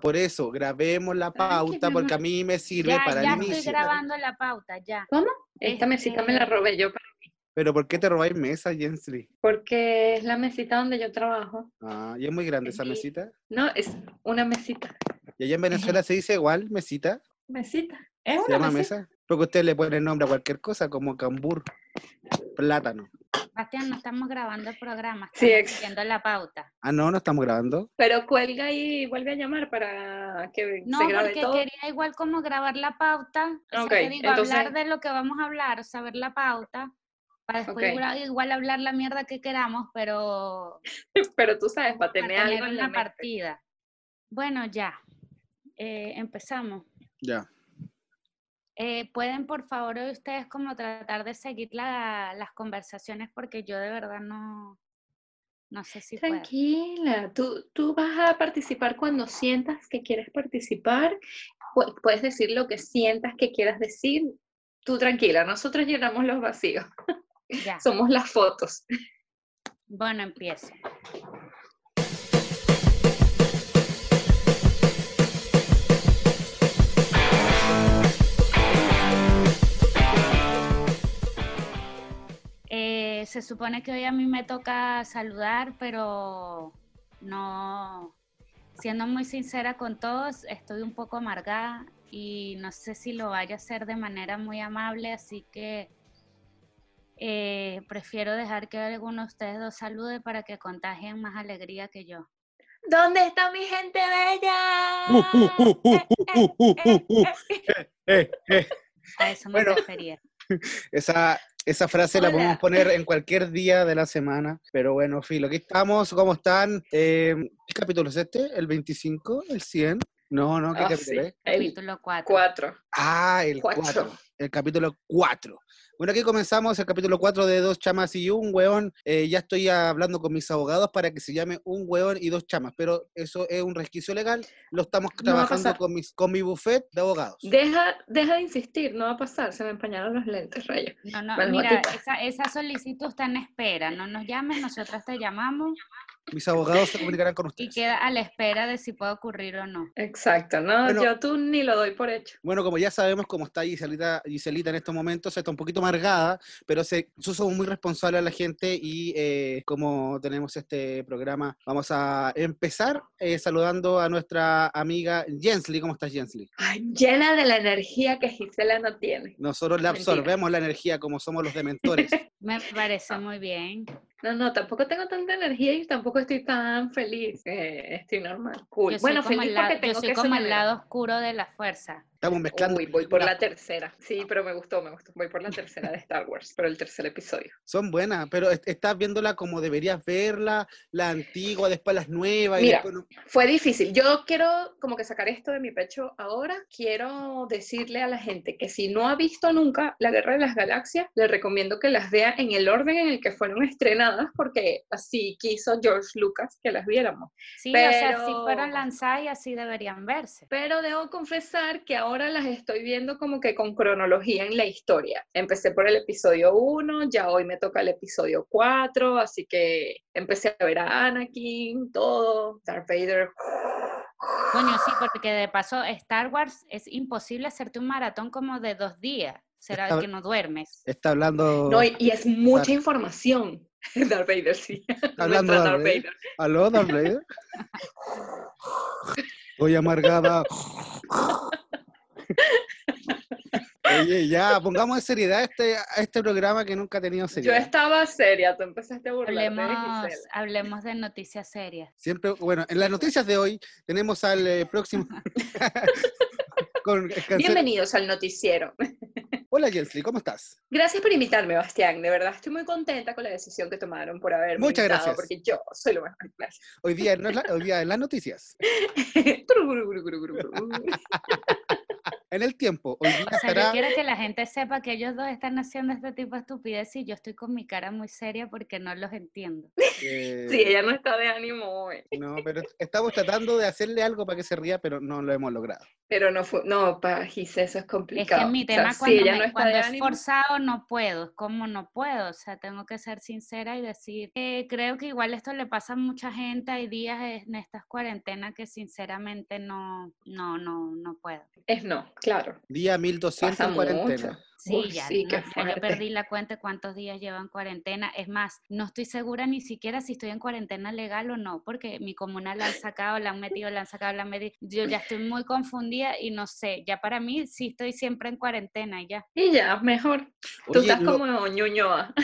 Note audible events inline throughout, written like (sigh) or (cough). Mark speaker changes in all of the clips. Speaker 1: por eso, grabemos la pauta
Speaker 2: mi
Speaker 1: porque a
Speaker 2: amor.
Speaker 1: mí me sirve
Speaker 2: ya,
Speaker 1: para
Speaker 2: ya
Speaker 1: el inicio.
Speaker 2: estoy grabando la pauta, ya.
Speaker 3: ¿Cómo? Esta mesita me la robé yo para-
Speaker 1: Pero ¿por qué te robáis mesa, Jensly?
Speaker 3: porque es la mesita donde yo trabajo.
Speaker 1: Ah, y es muy grande esa
Speaker 3: Sí.
Speaker 1: mesita.
Speaker 3: No, es una mesita.
Speaker 1: Y allá en Venezuela se dice igual, mesita.
Speaker 3: Mesita.
Speaker 4: Es
Speaker 1: Se
Speaker 4: una
Speaker 1: llama
Speaker 4: mesita.
Speaker 1: mesa. Porque ustedes le ponen nombre a cualquier cosa, como cambur, plátano.
Speaker 2: Bastián, no estamos grabando el programa,
Speaker 3: Sí,
Speaker 2: estamos
Speaker 3: ex-
Speaker 2: haciendo la pauta.
Speaker 1: Ah, no, no estamos grabando.
Speaker 3: Pero cuelga y vuelve a llamar para que
Speaker 2: No,
Speaker 3: se grabe
Speaker 2: porque
Speaker 3: todo.
Speaker 2: quería igual como grabar la pauta, o sea,
Speaker 3: Ok,
Speaker 2: te digo, hablar
Speaker 3: entonces-
Speaker 2: de lo que vamos a hablar, saber la pauta, para después
Speaker 3: Ok.
Speaker 2: igual, igual hablar la mierda que queramos, pero
Speaker 3: Pero tú sabes, para
Speaker 2: para
Speaker 3: tener
Speaker 2: tener
Speaker 3: algo en la
Speaker 2: una
Speaker 3: mente.
Speaker 2: partida. Bueno, ya, Eh, empezamos.
Speaker 1: Ya.
Speaker 2: Eh, Pueden, por favor, hoy ustedes como tratar de seguir la- las conversaciones porque yo de verdad no, no sé si puedo.
Speaker 3: Tranquila, tú, tú vas a participar cuando sientas que quieres participar, pu- puedes decir lo que sientas que quieras decir, tú tranquila, nosotros llenamos los vacíos,
Speaker 2: Ya.
Speaker 3: somos las fotos.
Speaker 2: Bueno, empiezo. Eh, se supone que hoy a mí me toca saludar, pero no, siendo muy sincera con todos, estoy un poco amargada y no sé si lo vaya a hacer de manera muy amable, así que eh, prefiero dejar que alguno de ustedes dos salude para que contagien más alegría que yo.
Speaker 3: ¿Dónde está mi gente bella?
Speaker 1: Eh, eh.
Speaker 2: A eso me
Speaker 1: Bueno.
Speaker 3: (laughs)
Speaker 2: refería.
Speaker 1: Esa, esa frase la
Speaker 2: Hola.
Speaker 1: podemos poner en cualquier día de la semana. Pero bueno, Filo, aquí estamos. ¿Cómo están? Eh, ¿Qué capítulo es este? ¿El 25? ¿El 100? No, no, ¿qué
Speaker 3: Ah, sí,
Speaker 1: capítulo es?
Speaker 3: el
Speaker 2: Capítulo 4.
Speaker 3: cuatro.
Speaker 1: Ah, el
Speaker 3: Cuatro.
Speaker 1: 4. El capítulo 4. Bueno, aquí comenzamos el capítulo 4 de Dos Chamas y un Weón. Eh, ya estoy hablando con mis abogados para que se llame un Weón y dos Chamas, pero eso es un resquicio legal. Lo estamos
Speaker 3: No va a
Speaker 1: trabajando
Speaker 3: pasar.
Speaker 1: con, mis, con mi buffet de abogados.
Speaker 3: Deja, deja de insistir, no va a pasar, se me empañaron los lentes, rayos.
Speaker 2: No, no,
Speaker 3: Bueno,
Speaker 2: mira,
Speaker 3: tipo.
Speaker 2: esa, esa solicitud está en espera. No nos llames, nosotras te llamamos
Speaker 1: Mis abogados se comunicarán
Speaker 3: (laughs)
Speaker 1: con
Speaker 2: y
Speaker 1: ustedes.
Speaker 2: queda a la espera de si puede ocurrir o no.
Speaker 3: Exacto, no,
Speaker 1: Bueno.
Speaker 3: yo tú ni lo doy por hecho.
Speaker 1: Bueno, como ya sabemos cómo está Giselita, Giselita en estos momentos, está un poquito amargada, pero se, nosotros somos muy responsables a la gente y eh, como tenemos este programa, vamos a empezar eh, saludando a nuestra amiga Jensly. ¿Cómo estás, Jensly?
Speaker 3: Ay, llena de la energía que Gisela no tiene.
Speaker 1: Nosotros le
Speaker 3: Mentira.
Speaker 1: absorbemos la energía como somos los dementores.
Speaker 3: (laughs)
Speaker 2: Me
Speaker 3: Ah.
Speaker 2: parece muy bien.
Speaker 3: No, no, tampoco tengo tanta energía y tampoco estoy tan feliz. eh, estoy normal. Cool.
Speaker 2: Yo soy
Speaker 3: Bueno,
Speaker 2: como,
Speaker 3: feliz
Speaker 2: el, lado,
Speaker 3: porque tengo
Speaker 2: yo soy
Speaker 3: que
Speaker 2: como el
Speaker 3: celebrar.
Speaker 2: lado oscuro de la fuerza.
Speaker 1: Estamos mezclando.
Speaker 3: Uy, voy por la tercera. Sí, pero me gustó, me gustó. Voy por la tercera de Star Wars, por el tercer episodio.
Speaker 1: Son buenas, pero est- estás viéndola como deberías verla, la antigua, después las nuevas. y
Speaker 3: Mira.
Speaker 1: después no-
Speaker 3: Fue difícil. Yo quiero como que sacar esto de mi pecho ahora. Quiero decirle a la gente que si no ha visto nunca La Guerra de las Galaxias, le recomiendo que las vea en el orden en el que fueron estrenadas, porque así quiso George Lucas que las viéramos.
Speaker 2: Sí, o sea, si
Speaker 3: Pero-
Speaker 2: fueron lanzadas y así deberían verse.
Speaker 3: Pero debo confesar que ahora las estoy viendo como que con cronología en la historia. Empecé por el episodio 1, ya hoy me toca el episodio 4, así que empecé a ver a Anakin, todo, Darth Vader.
Speaker 2: Coño, sí, porque de paso Star Wars es imposible hacerte un maratón como de dos días. Será
Speaker 1: Esta-
Speaker 2: que no duermes.
Speaker 1: Está hablando,
Speaker 3: No, y, y es mucha
Speaker 1: Darth-
Speaker 3: información. (laughs) Darth Vader, sí.
Speaker 1: está hablando
Speaker 3: Nuestra
Speaker 1: Darth Vader. (laughs) ¿Aló, Darth Vader? Estoy amargada. Oye, ya, pongamos en seriedad a este, a este programa que nunca ha tenido
Speaker 3: Yo
Speaker 1: seriedad.
Speaker 3: estaba seria, tú empezaste a burlarte de
Speaker 2: Hablemos,
Speaker 3: Gisela.
Speaker 2: hablemos de noticias serias.
Speaker 3: (laughs)
Speaker 1: Siempre, bueno, en las noticias de hoy tenemos al eh,
Speaker 3: (laughs)
Speaker 1: próximo. (laughs) con el cancel-
Speaker 3: Bienvenidos al noticiero.
Speaker 1: Hola, Jensly, ¿cómo estás?
Speaker 3: Gracias por invitarme, Bastián. De verdad, estoy muy contenta con la decisión que tomaron por haberme
Speaker 1: Muchas
Speaker 3: invitado,
Speaker 1: gracias.
Speaker 3: Porque yo soy lo mejor. Gracias.
Speaker 1: Hoy día,
Speaker 3: (laughs)
Speaker 1: no es la- hoy día en las noticias.
Speaker 3: Turu, turu, turu, turu, turu.
Speaker 1: en el tiempo. Hoy día
Speaker 2: O sea, yo
Speaker 1: estará-
Speaker 2: quiero que la gente sepa que ellos dos están haciendo este tipo de estupidez y yo estoy con mi cara muy seria porque no los entiendo.
Speaker 1: eh,
Speaker 3: Sí, ella no está de ánimo hoy.
Speaker 1: No, pero estamos tratando de hacerle algo para que se ría, pero no lo hemos logrado.
Speaker 3: Pero no fue, no, para Gise eso es
Speaker 2: Es que
Speaker 3: complicado.
Speaker 2: mi
Speaker 3: O sea,
Speaker 2: tema
Speaker 3: si
Speaker 2: cuando,
Speaker 3: ella
Speaker 2: me-
Speaker 3: no está
Speaker 2: cuando
Speaker 3: de
Speaker 2: es
Speaker 3: ánimo,
Speaker 2: forzado no puedo, es como no puedo, o sea, tengo que ser sincera y decir, eh, creo que igual esto le pasa a mucha gente, hay días en estas cuarentenas que sinceramente no, no, no, no puedo.
Speaker 3: es no, claro.
Speaker 1: Día 1200
Speaker 3: Pasa
Speaker 1: en cuarentena.
Speaker 3: mucho.
Speaker 2: Sí,
Speaker 3: Uy,
Speaker 2: ya,
Speaker 3: sí,
Speaker 2: no,
Speaker 3: qué
Speaker 2: ya yo
Speaker 3: fuerte.
Speaker 2: perdí la cuenta de cuántos días llevo en cuarentena. Es más, no estoy segura ni siquiera si estoy en cuarentena legal o no, porque mi comuna la han sacado, la han metido, la han sacado, la han metido. Yo ya estoy muy confundida y no sé. Ya para mí sí estoy siempre en cuarentena y ya.
Speaker 3: Y ya, mejor. Tú
Speaker 1: Oye,
Speaker 3: estás
Speaker 1: lo,
Speaker 3: como ñoñoa.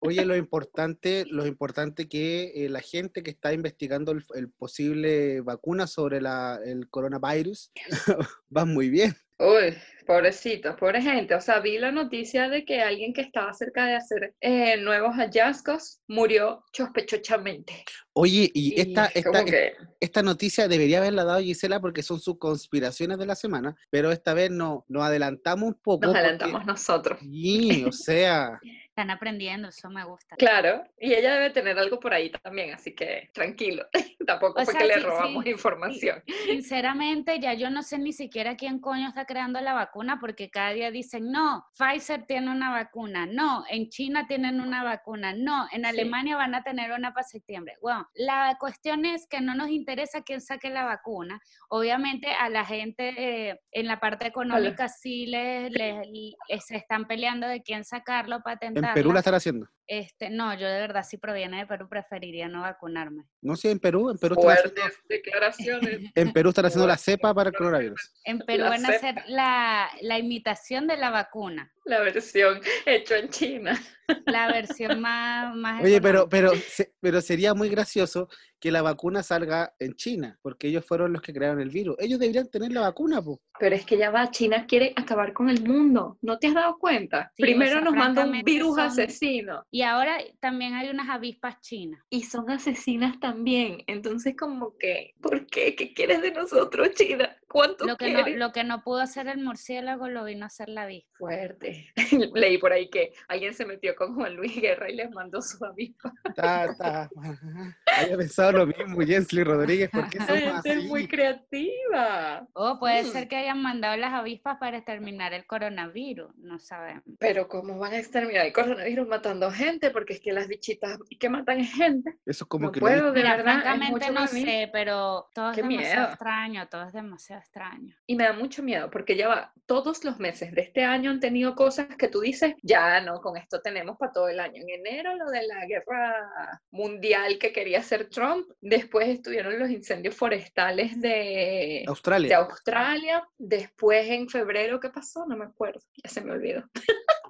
Speaker 1: oye, lo importante, lo importante que eh, la gente que está investigando el, el posible vacuna sobre la- el coronavirus (laughs) va muy bien.
Speaker 3: Uy, pobrecito, pobre gente. O sea, vi la noticia de que alguien que estaba cerca de hacer eh, nuevos hallazgos murió sospechosamente.
Speaker 1: Oye, y
Speaker 3: Y
Speaker 1: esta,
Speaker 3: es
Speaker 1: esta,
Speaker 3: como que,
Speaker 1: esta noticia debería haberla dado Gisela porque son sus conspiraciones de la semana, pero esta vez no, nos adelantamos un poco.
Speaker 3: nos
Speaker 1: porque-
Speaker 3: adelantamos nosotros.
Speaker 1: Sí, o sea,
Speaker 2: Están aprendiendo, eso me gusta.
Speaker 3: Claro, y ella debe tener algo por ahí también, así que tranquilo. (laughs) Tampoco
Speaker 2: O
Speaker 3: fue
Speaker 2: sea,
Speaker 3: que le
Speaker 2: sí,
Speaker 3: robamos
Speaker 2: sí,
Speaker 3: información.
Speaker 2: Sinceramente, ya yo no sé ni siquiera quién coño está creando la vacuna, porque cada día dicen, no, Pfizer tiene una vacuna, no, en China tienen una vacuna, no, en
Speaker 3: Sí.
Speaker 2: Alemania van a tener una para septiembre. Bueno, la cuestión es que no nos interesa quién saque la vacuna. Obviamente a la gente eh, en la parte económica sí les, les- les- se están peleando de quién sacarlo,
Speaker 1: en
Speaker 2: patentarla.
Speaker 1: Perú la están haciendo.
Speaker 2: Este, no, yo de verdad si proviene de Perú preferiría no vacunarme.
Speaker 1: No sé, en Perú, en Perú están haciendo,
Speaker 3: Fuertes declaraciones.
Speaker 1: (laughs) en Perú están haciendo la cepa para el coronavirus.
Speaker 3: (laughs)
Speaker 2: En Perú
Speaker 3: La
Speaker 2: van a hacer la, la imitación de la vacuna,
Speaker 3: La versión hecha en China.
Speaker 2: la versión más... más
Speaker 1: Oye, pero,
Speaker 2: económica.
Speaker 1: pero, se- pero sería muy gracioso que la vacuna salga en China, porque ellos fueron los que crearon el virus. Ellos deberían tener la vacuna, po.
Speaker 3: Pero es que ya va, China quiere acabar con el mundo. ¿No te has dado cuenta?
Speaker 2: Sí, o
Speaker 3: Primero
Speaker 2: sea,
Speaker 3: nos manda un
Speaker 2: francamente
Speaker 3: virus
Speaker 2: son-
Speaker 3: asesino
Speaker 2: Y ahora también hay unas avispas chinas.
Speaker 3: y son asesinas también. Entonces, como que, ¿por qué? ¿Qué quieres de nosotros, China? ¿Cuánto
Speaker 2: Lo que, no,
Speaker 3: quieres?
Speaker 2: lo que no pudo hacer el murciélago lo vino a hacer la avispa.
Speaker 3: (laughs) Fuerte. (laughs) Leí por ahí que alguien se metió con Juan Luis Guerra y les mandó su avispa.
Speaker 1: Ta, ta. (laughs) Había pensado lo mismo, Jensly Rodríguez, ¿por qué somos
Speaker 3: (laughs) Esta es
Speaker 1: así?
Speaker 3: muy creativa.
Speaker 2: O puede
Speaker 3: Mm.
Speaker 2: ser que hayan mandado las avispas para exterminar el coronavirus, no sabemos.
Speaker 3: Pero ¿cómo van a exterminar el coronavirus matando gente? Porque es que las bichitas que matan es gente.
Speaker 1: Eso es como
Speaker 3: no
Speaker 1: que lo
Speaker 3: puedo,
Speaker 1: dijo-
Speaker 3: de
Speaker 2: Mira,
Speaker 3: verdad. es
Speaker 2: francamente
Speaker 3: mucho
Speaker 2: no
Speaker 3: para mí.
Speaker 2: sé, pero todo es
Speaker 3: Qué
Speaker 2: demasiado
Speaker 3: miedo.
Speaker 2: extraño, todo es demasiado extraño.
Speaker 3: Y me da mucho miedo porque ya va, todos los meses de este año han tenido cosas que tú dices, ya no, con esto tenemos para todo el año. En enero lo de la guerra mundial que quería hacer Trump, después estuvieron los incendios forestales de, de
Speaker 1: Australia.
Speaker 3: Australia, después en febrero, ¿qué pasó? No me acuerdo, ya se me olvidó.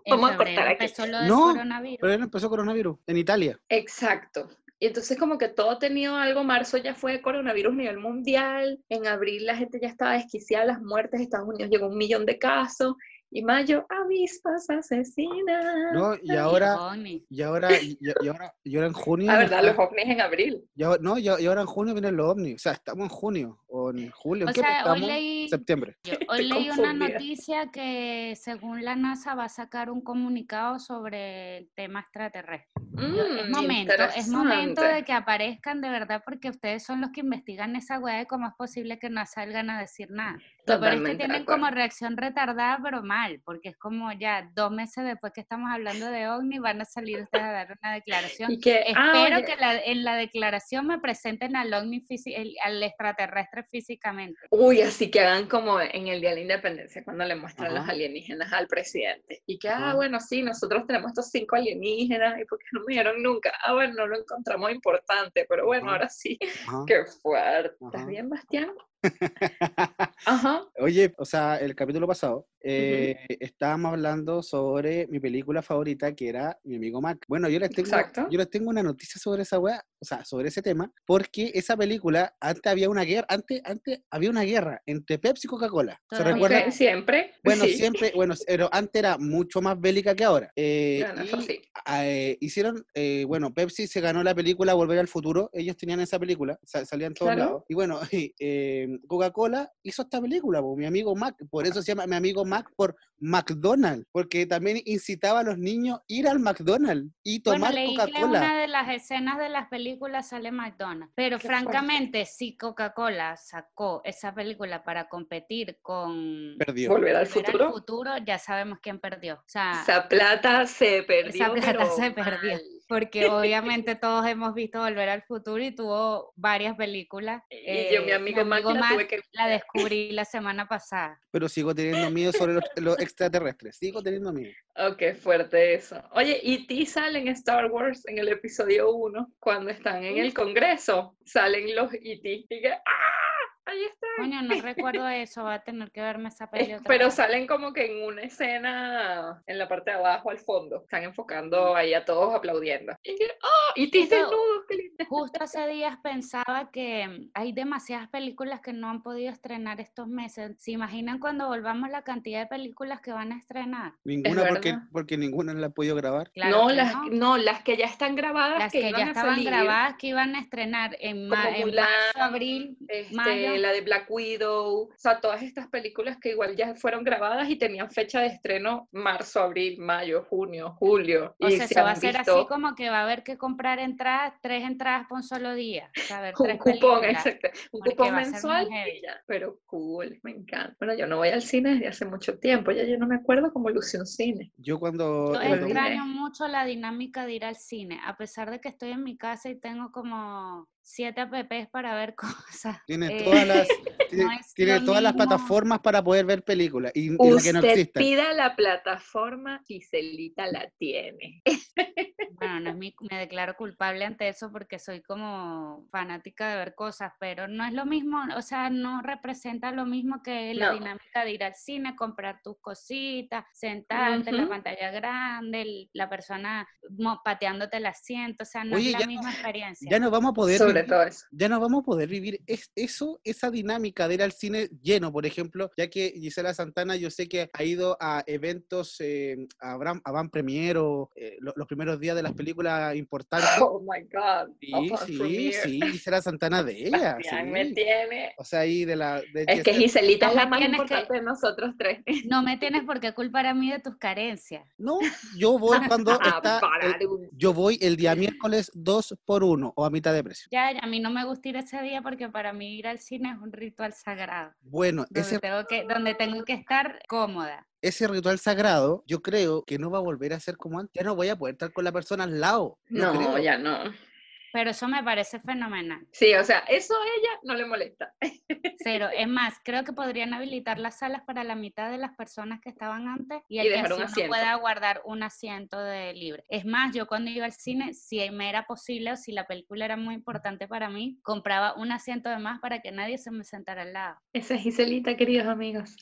Speaker 2: En
Speaker 3: Vamos a
Speaker 2: febrero
Speaker 3: cortar aquí.
Speaker 2: empezó lo del
Speaker 1: No,
Speaker 2: coronavirus.
Speaker 1: Pero él empezó coronavirus en Italia.
Speaker 3: Exacto. Y entonces como que todo ha tenido algo, marzo ya fue coronavirus a nivel mundial, en abril la gente ya estaba desquiciada, las muertes de Estados Unidos llegó a un millón de casos, y mayo, avispas asesinas.
Speaker 1: ¿no? Y
Speaker 3: Ay.
Speaker 1: ahora,
Speaker 2: Ovnis.
Speaker 1: y ahora, y, y ahora, y ahora en junio.
Speaker 3: Ah, verdad,
Speaker 1: está-
Speaker 3: los ovnis en abril.
Speaker 1: y ahora- no, y y ahora en junio vienen los ovnis. O sea, estamos en junio o en julio. ¿En
Speaker 2: O
Speaker 1: qué mes
Speaker 2: sea, hoy
Speaker 1: estamos?
Speaker 2: leí,
Speaker 1: Septiembre.
Speaker 3: (laughs)
Speaker 2: Yo hoy
Speaker 3: Estoy
Speaker 2: leí una
Speaker 3: confundida.
Speaker 2: noticia que según la NASA va a sacar un comunicado sobre el tema extraterrestre. Yo, es
Speaker 3: Mm,
Speaker 2: momento, es momento
Speaker 3: interesante.
Speaker 2: de que aparezcan de verdad porque ustedes son los que investigan esa weá de cómo es posible que no salgan a decir nada. Lo peor es que
Speaker 3: Totalmente de
Speaker 2: tienen
Speaker 3: acuerdo.
Speaker 2: como reacción retardada pero mal, porque es como ya dos meses después que estamos hablando de OVNI van a salir ustedes a dar una declaración
Speaker 3: (laughs) Y que, ah,
Speaker 2: Espero
Speaker 3: oye,
Speaker 2: que la- en la declaración me presenten al ovni físi- el- al extraterrestre físicamente.
Speaker 3: Uy, así que hagan como en el Día de la Independencia, cuando le muestran los
Speaker 1: Ajá.
Speaker 3: alienígenas al presidente. Y que, ah,
Speaker 1: Ajá.
Speaker 3: bueno, sí, nosotros tenemos estos cinco alienígenas, ¿y por qué no me dijeron nunca? Ah, bueno, no lo encontramos importante, pero bueno,
Speaker 1: Ajá.
Speaker 3: ahora sí.
Speaker 1: Ajá.
Speaker 3: Qué fuerte.
Speaker 1: Ajá.
Speaker 3: ¿Estás bien,
Speaker 1: (laughs)
Speaker 3: Bastián? Ajá.
Speaker 1: Oye, o sea, el capítulo pasado eh, estábamos hablando sobre mi película favorita que era Mi amigo Mac. Bueno, yo les tengo,
Speaker 3: Exacto.
Speaker 1: yo les tengo una noticia sobre esa weá o sea, sobre ese tema, porque esa película, antes había una guerra, antes, antes había una guerra entre Pepsi y Coca-Cola. ¿Se
Speaker 2: Todavía.
Speaker 1: recuerda?
Speaker 3: Sí, Siempre.
Speaker 2: (laughs)
Speaker 1: Bueno,
Speaker 3: sí.
Speaker 1: siempre, bueno, pero antes era mucho más bélica que ahora. Eh,
Speaker 3: Bueno, eso
Speaker 1: y,
Speaker 3: sí.
Speaker 1: a- eh, hicieron, eh, bueno, Pepsi se ganó la película Volver al Futuro, ellos tenían esa película, sa- salían todos
Speaker 3: Claro.
Speaker 1: lados. Y bueno, (laughs) y, eh, Coca-Cola hizo esta película, po, mi amigo Mac, por eso se llama mi amigo Mac por McDonald's, porque también incitaba a los niños ir al McDonald's y
Speaker 2: Bueno,
Speaker 1: tomar
Speaker 2: leí que
Speaker 1: Coca-Cola.
Speaker 2: una de las escenas de las películas sale McDonald's, pero
Speaker 3: Qué
Speaker 2: francamente, si Coca-Cola sacó esa película para competir con
Speaker 1: Perdió.
Speaker 3: Volver al
Speaker 2: Volver al
Speaker 3: futuro.
Speaker 2: futuro, ya sabemos quién perdió. O sea,
Speaker 3: Esa plata se perdió.
Speaker 2: esa plata
Speaker 3: pero
Speaker 2: se perdió.
Speaker 3: mal.
Speaker 2: Porque obviamente todos hemos visto Volver al Futuro y tuvo varias películas.
Speaker 3: Y yo,
Speaker 2: Eh,
Speaker 3: mi amigo, Mac, la
Speaker 2: Mac
Speaker 3: tuve que.
Speaker 2: la descubrí la semana pasada.
Speaker 1: Pero sigo teniendo miedo sobre los, los extraterrestres, sigo teniendo miedo.
Speaker 3: Oh, qué fuerte eso. Oye, y ti sale en Star Wars en el episodio 1, cuando están en el Congreso, salen los IT. Y que, ¡ah! Ahí está.
Speaker 2: Coño,
Speaker 3: (laughs)
Speaker 2: no recuerdo eso, va a tener que verme esa peli
Speaker 3: Es-
Speaker 2: otra
Speaker 3: Pero
Speaker 2: vez.
Speaker 3: salen como que en una escena en la parte de abajo al fondo. Están enfocando ahí a todos aplaudiendo. Y que, ¡oh! Y ti
Speaker 2: Eso-
Speaker 3: desnudo, qué lindo.
Speaker 2: Justo hace días pensaba que mm, hay demasiadas películas que no han podido estrenar estos meses. ¿Se imaginan cuando volvamos la cantidad de películas que van a estrenar?
Speaker 1: Ninguna porque,
Speaker 3: verdad.
Speaker 1: porque ninguna la he podido grabar.
Speaker 2: Claro
Speaker 3: no,
Speaker 2: que
Speaker 3: las,
Speaker 2: no.
Speaker 3: no. las que ya están grabadas,
Speaker 2: Las
Speaker 3: que,
Speaker 2: que,
Speaker 3: iban
Speaker 2: ya
Speaker 3: a
Speaker 2: estaban
Speaker 3: salir,
Speaker 2: grabadas que iban a estrenar en, ma-
Speaker 3: como
Speaker 2: en
Speaker 3: Mulan,
Speaker 2: marzo, abril,
Speaker 3: este,
Speaker 2: mayo.
Speaker 3: la de Black Widow, o sea, todas estas películas que igual ya fueron grabadas y tenían fecha de estreno marzo, abril, mayo, junio, julio.
Speaker 2: O
Speaker 3: y
Speaker 2: sea,
Speaker 3: se
Speaker 2: eso va a
Speaker 3: han
Speaker 2: ser así
Speaker 3: visto
Speaker 2: como que va a haber que comprar entradas, tres entradas por un solo día. O sea, ver
Speaker 3: (laughs) Un
Speaker 2: tres
Speaker 3: cupón,
Speaker 2: películas.
Speaker 3: exacto. Un
Speaker 2: porque
Speaker 3: cupón
Speaker 2: va a ser muy
Speaker 3: mensual. y
Speaker 2: heavy.
Speaker 3: ya, Pero cool, me encanta. Bueno, yo no voy al cine desde hace mucho tiempo. Ya yo no me acuerdo como lució un cine.
Speaker 1: Yo cuando... el
Speaker 2: Yo
Speaker 3: Pero
Speaker 1: domingo-
Speaker 3: mira,
Speaker 2: extraño mucho la dinámica de ir al cine, a pesar de que estoy en mi casa y tengo como siete apps para ver (laughs) cosas.
Speaker 1: Tiene
Speaker 2: Eh,
Speaker 1: todas las, tiene,
Speaker 2: es
Speaker 1: tiene
Speaker 2: lo
Speaker 1: todas las
Speaker 2: mismo.
Speaker 1: plataformas para poder ver películas y, y lo que no
Speaker 3: Usted
Speaker 1: exista.
Speaker 3: pida la plataforma y Celita la tiene.
Speaker 2: Bueno, no es mi- me declaro culpable ante eso porque soy como fanática de ver cosas, pero no es lo mismo, o sea, no representa lo mismo que la
Speaker 3: No.
Speaker 2: dinámica de ir al cine, comprar tus cositas, sentarte en la
Speaker 3: Ujú.
Speaker 2: pantalla grande, el- la persona mo- pateándote el asiento, o sea, no
Speaker 1: Oye,
Speaker 2: es la
Speaker 1: ya-
Speaker 2: misma experiencia.
Speaker 1: Ya no vamos a poder
Speaker 3: Sobre
Speaker 1: vivir-
Speaker 3: todo eso.
Speaker 1: ya no vamos a poder vivir es, eso, esa dinámica de ir al cine lleno, por ejemplo, ya que Gisela Santana yo sé que ha ido a eventos, eh, a, Bram- a Van Premier o eh, lo- los primeros días de las películas importantes.
Speaker 3: Oh my God.
Speaker 1: Sí,
Speaker 3: upon
Speaker 1: sí,
Speaker 3: premiere.
Speaker 1: sí, Gisela Santana
Speaker 3: (laughs)
Speaker 1: de ella.
Speaker 3: Sebastián me
Speaker 1: sí.
Speaker 3: tiene.
Speaker 1: O sea, ahí de la... de
Speaker 3: Es que
Speaker 1: Gisela-
Speaker 3: Giselita es
Speaker 2: No
Speaker 3: la
Speaker 2: me
Speaker 3: más
Speaker 2: tienes que-
Speaker 3: importante de nosotros tres.
Speaker 2: No me tienes por qué culpar a mí de tus carencias.
Speaker 1: No, yo
Speaker 3: (laughs)
Speaker 1: voy cuando
Speaker 3: Ah,
Speaker 1: está... el-
Speaker 3: parar un-
Speaker 1: yo voy el día miércoles 2 por 1 o a mitad de precio.
Speaker 2: Ya, ya, a mí no me gusta ir ese día porque para mí ir al cine es un ritual sagrado,
Speaker 1: Bueno,
Speaker 2: donde,
Speaker 1: ese,
Speaker 2: tengo, que, donde tengo que estar cómoda.
Speaker 1: ese ritual sagrado, yo creo que no va a volver a ser como antes. Ya no voy a poder estar con la persona al lado. No,
Speaker 3: No,
Speaker 1: creo.
Speaker 3: ya no.
Speaker 2: Pero eso me parece fenomenal.
Speaker 3: Sí, o sea, eso a ella no le molesta.
Speaker 2: Cero. Es más, creo que podrían habilitar las salas para la mitad de las personas que estaban antes y,
Speaker 3: Y
Speaker 2: el que
Speaker 3: dejar
Speaker 2: así
Speaker 3: un
Speaker 2: uno
Speaker 3: asiento.
Speaker 2: pueda guardar un asiento de libre. Es más, yo cuando iba al cine, si me era posible o si la película era muy importante para mí, compraba un asiento de más para que nadie se me sentara al lado.
Speaker 3: Esa es Giselita, queridos amigos.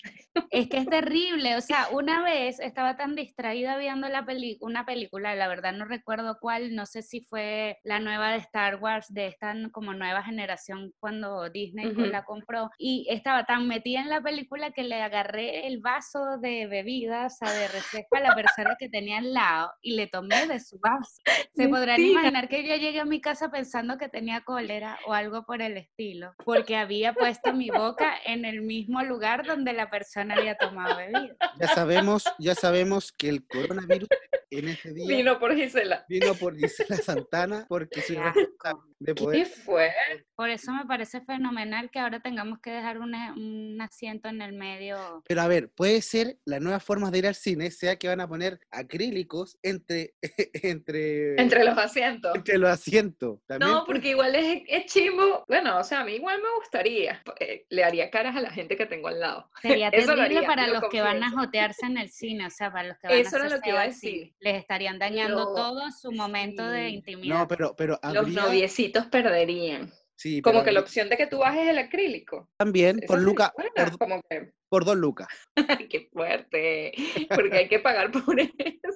Speaker 2: Es que es terrible, o sea, una vez estaba tan distraída viendo la peli una película, la verdad no recuerdo cuál, no sé si fue la nueva de Star Wars, de esta n- como nueva generación cuando Disney co-
Speaker 3: Ujú.
Speaker 2: la compró, y estaba tan metida en la película que le agarré el vaso de bebida, o sea, de refresco a la persona que tenía al lado y le tomé de su vaso. Se podrán
Speaker 3: Mentira.
Speaker 2: imaginar que yo llegué a mi casa pensando que tenía cólera o algo por el estilo, porque había puesto mi boca en el mismo lugar donde la persona había tomado bebida.
Speaker 1: Ya sabemos, ya sabemos que el coronavirus en ese día
Speaker 3: Vino por Gisela.
Speaker 1: vino por Gisela Santana porque soy
Speaker 2: Qué
Speaker 1: responsable de
Speaker 3: ¿Qué
Speaker 1: poder.
Speaker 3: fue?
Speaker 2: Por eso me parece fenomenal que ahora tengamos que dejar un, a- un asiento en el medio.
Speaker 1: Pero a ver, puede ser las nuevas formas de ir al cine, sea que van a poner acrílicos entre, (laughs) entre,
Speaker 3: Entre los asientos.
Speaker 1: entre los asientos. También
Speaker 3: No,
Speaker 1: puede-
Speaker 3: porque igual es, es chimbo. Bueno, o sea, a mí igual me gustaría. Eh, Le haría caras a la gente que tengo al lado. (laughs)
Speaker 2: Sería
Speaker 3: Eso lo
Speaker 2: terrible
Speaker 3: haría,
Speaker 2: para
Speaker 3: lo
Speaker 2: los que van a
Speaker 3: confieso.
Speaker 2: jotearse en el cine, o sea, para los que van
Speaker 3: Eso era
Speaker 2: a
Speaker 3: lo
Speaker 2: hacerse
Speaker 3: que iba a
Speaker 2: al cine.
Speaker 3: decir.
Speaker 2: Les estarían dañando
Speaker 3: Lo-
Speaker 2: todo su momento de
Speaker 3: sí.
Speaker 2: intimidad.
Speaker 1: No, pero, pero
Speaker 3: pues, Los
Speaker 1: habría,
Speaker 3: noviecitos perderían.
Speaker 1: Sí,
Speaker 3: Como
Speaker 1: pero
Speaker 3: que la opción de que tú bajes el acrílico.
Speaker 1: También
Speaker 3: Esa
Speaker 1: por,
Speaker 3: es
Speaker 1: Luca,
Speaker 3: buena,
Speaker 1: por,
Speaker 3: como que,
Speaker 1: por dos lucas.
Speaker 3: (laughs) ay, qué fuerte, porque hay que pagar por
Speaker 2: (laughs)
Speaker 3: eso.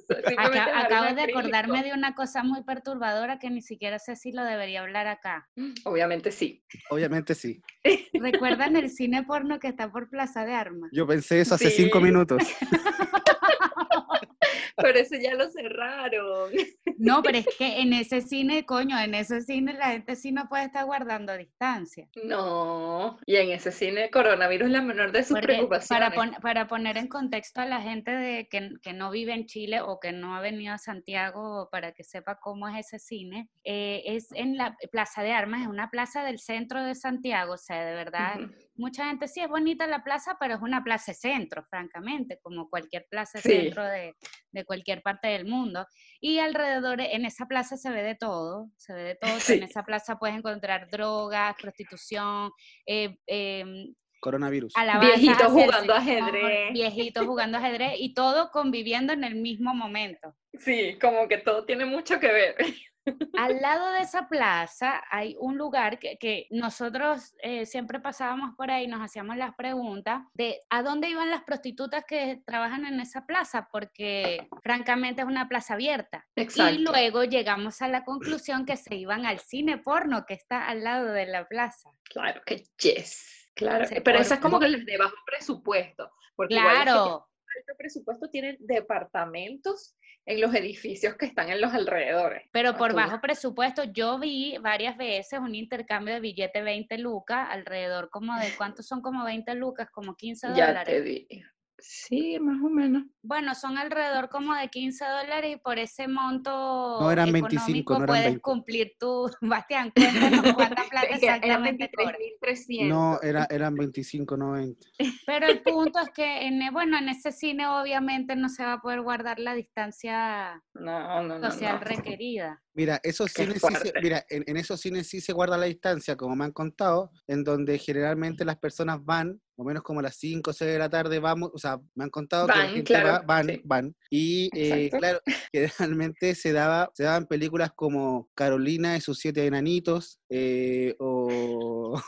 Speaker 3: simplemente
Speaker 2: Acá-
Speaker 3: bajar el
Speaker 2: acabo de
Speaker 3: acrílico.
Speaker 2: acordarme de una cosa muy perturbadora que ni siquiera sé si lo debería hablar acá.
Speaker 3: Obviamente sí.
Speaker 1: Obviamente sí.
Speaker 2: ¿Recuerdan el cine porno que está por Plaza de Armas?
Speaker 1: Yo pensé eso hace
Speaker 3: Sí.
Speaker 1: cinco minutos.
Speaker 3: Pero eso ya lo cerraron. (laughs)
Speaker 2: No, pero es que en ese cine, coño, en ese cine la gente sí no puede estar guardando distancia.
Speaker 3: No. Y en ese cine el coronavirus es la menor de sus
Speaker 2: Porque
Speaker 3: preocupaciones.
Speaker 2: para, pon- para poner en contexto a la gente de que, que no vive en Chile o que no ha venido a Santiago para que sepa cómo es ese cine, eh, es en la Plaza de Armas, es una plaza del centro de Santiago, o sea, de verdad,
Speaker 3: Ujú.
Speaker 2: mucha gente sí es bonita la plaza, pero es una plaza centro, francamente, como cualquier plaza
Speaker 3: Sí.
Speaker 2: centro de, de cualquier parte del mundo. Y alrededor, en esa plaza se ve de todo, se ve de todo. tú
Speaker 3: Sí.
Speaker 2: En esa plaza puedes encontrar drogas, prostitución, eh, em,
Speaker 1: Coronavirus.
Speaker 2: alabanzas
Speaker 3: Viejitos
Speaker 2: hacia el
Speaker 3: jugando
Speaker 2: Señor,
Speaker 3: ajedrez.
Speaker 2: Viejitos jugando ajedrez y todo conviviendo en el mismo momento.
Speaker 3: Sí, como que todo tiene mucho que ver.
Speaker 2: Al lado de esa plaza hay un lugar que, que nosotros eh, siempre pasábamos por ahí, nos hacíamos las preguntas de a dónde iban las prostitutas que trabajan en esa plaza, porque francamente es una plaza abierta. Y luego llegamos a la conclusión que se iban al cine porno que está al lado de la plaza.
Speaker 3: Claro que yes. Claro.
Speaker 2: Se
Speaker 3: Pero esa es
Speaker 2: formó.
Speaker 3: como que las de bajo presupuesto. Porque igual las que tienen
Speaker 2: Claro,
Speaker 3: alto presupuesto tienen departamentos en los edificios que están en los alrededores.
Speaker 2: pero
Speaker 3: Ah,
Speaker 2: por
Speaker 3: tú.
Speaker 2: bajo presupuesto yo vi varias veces un intercambio de billete 20 lucas, alrededor como de cuántos son como 20 lucas, como 15
Speaker 3: Ya
Speaker 2: dólares.
Speaker 3: te dije. Sí, más o menos.
Speaker 2: Bueno, son alrededor como de 15 dólares y por ese monto
Speaker 1: No, eran 25,
Speaker 2: económico
Speaker 1: no eran
Speaker 2: puedes
Speaker 1: 20.
Speaker 2: cumplir tu, (laughs) Bastián, cuéntanos
Speaker 3: (laughs)
Speaker 2: cuánta plata
Speaker 3: Es que eran
Speaker 2: exactamente cobras.
Speaker 3: 23.300.
Speaker 1: No, era, eran 25, no 20.
Speaker 2: Pero el punto es que, en, e, bueno, en ese cine obviamente no se va a poder guardar la distancia
Speaker 3: No, no, no.
Speaker 2: social
Speaker 3: no.
Speaker 2: requerida.
Speaker 1: Mira, esos
Speaker 3: Qué
Speaker 1: cines sí se,
Speaker 3: fuerte.
Speaker 1: mira, en, en esos cines sí se guarda la distancia, como me han contado, en donde generalmente las personas van, más o menos como a las 5 o 6 de la tarde, vamos, o sea, me han contado que la
Speaker 3: Van,
Speaker 1: gente
Speaker 3: claro,
Speaker 1: va- van,
Speaker 3: sí.
Speaker 1: van. Y eh,
Speaker 3: Exacto. (laughs)
Speaker 1: claro, generalmente se daba, se daban películas como Carolina y sus siete enanitos, eh, o,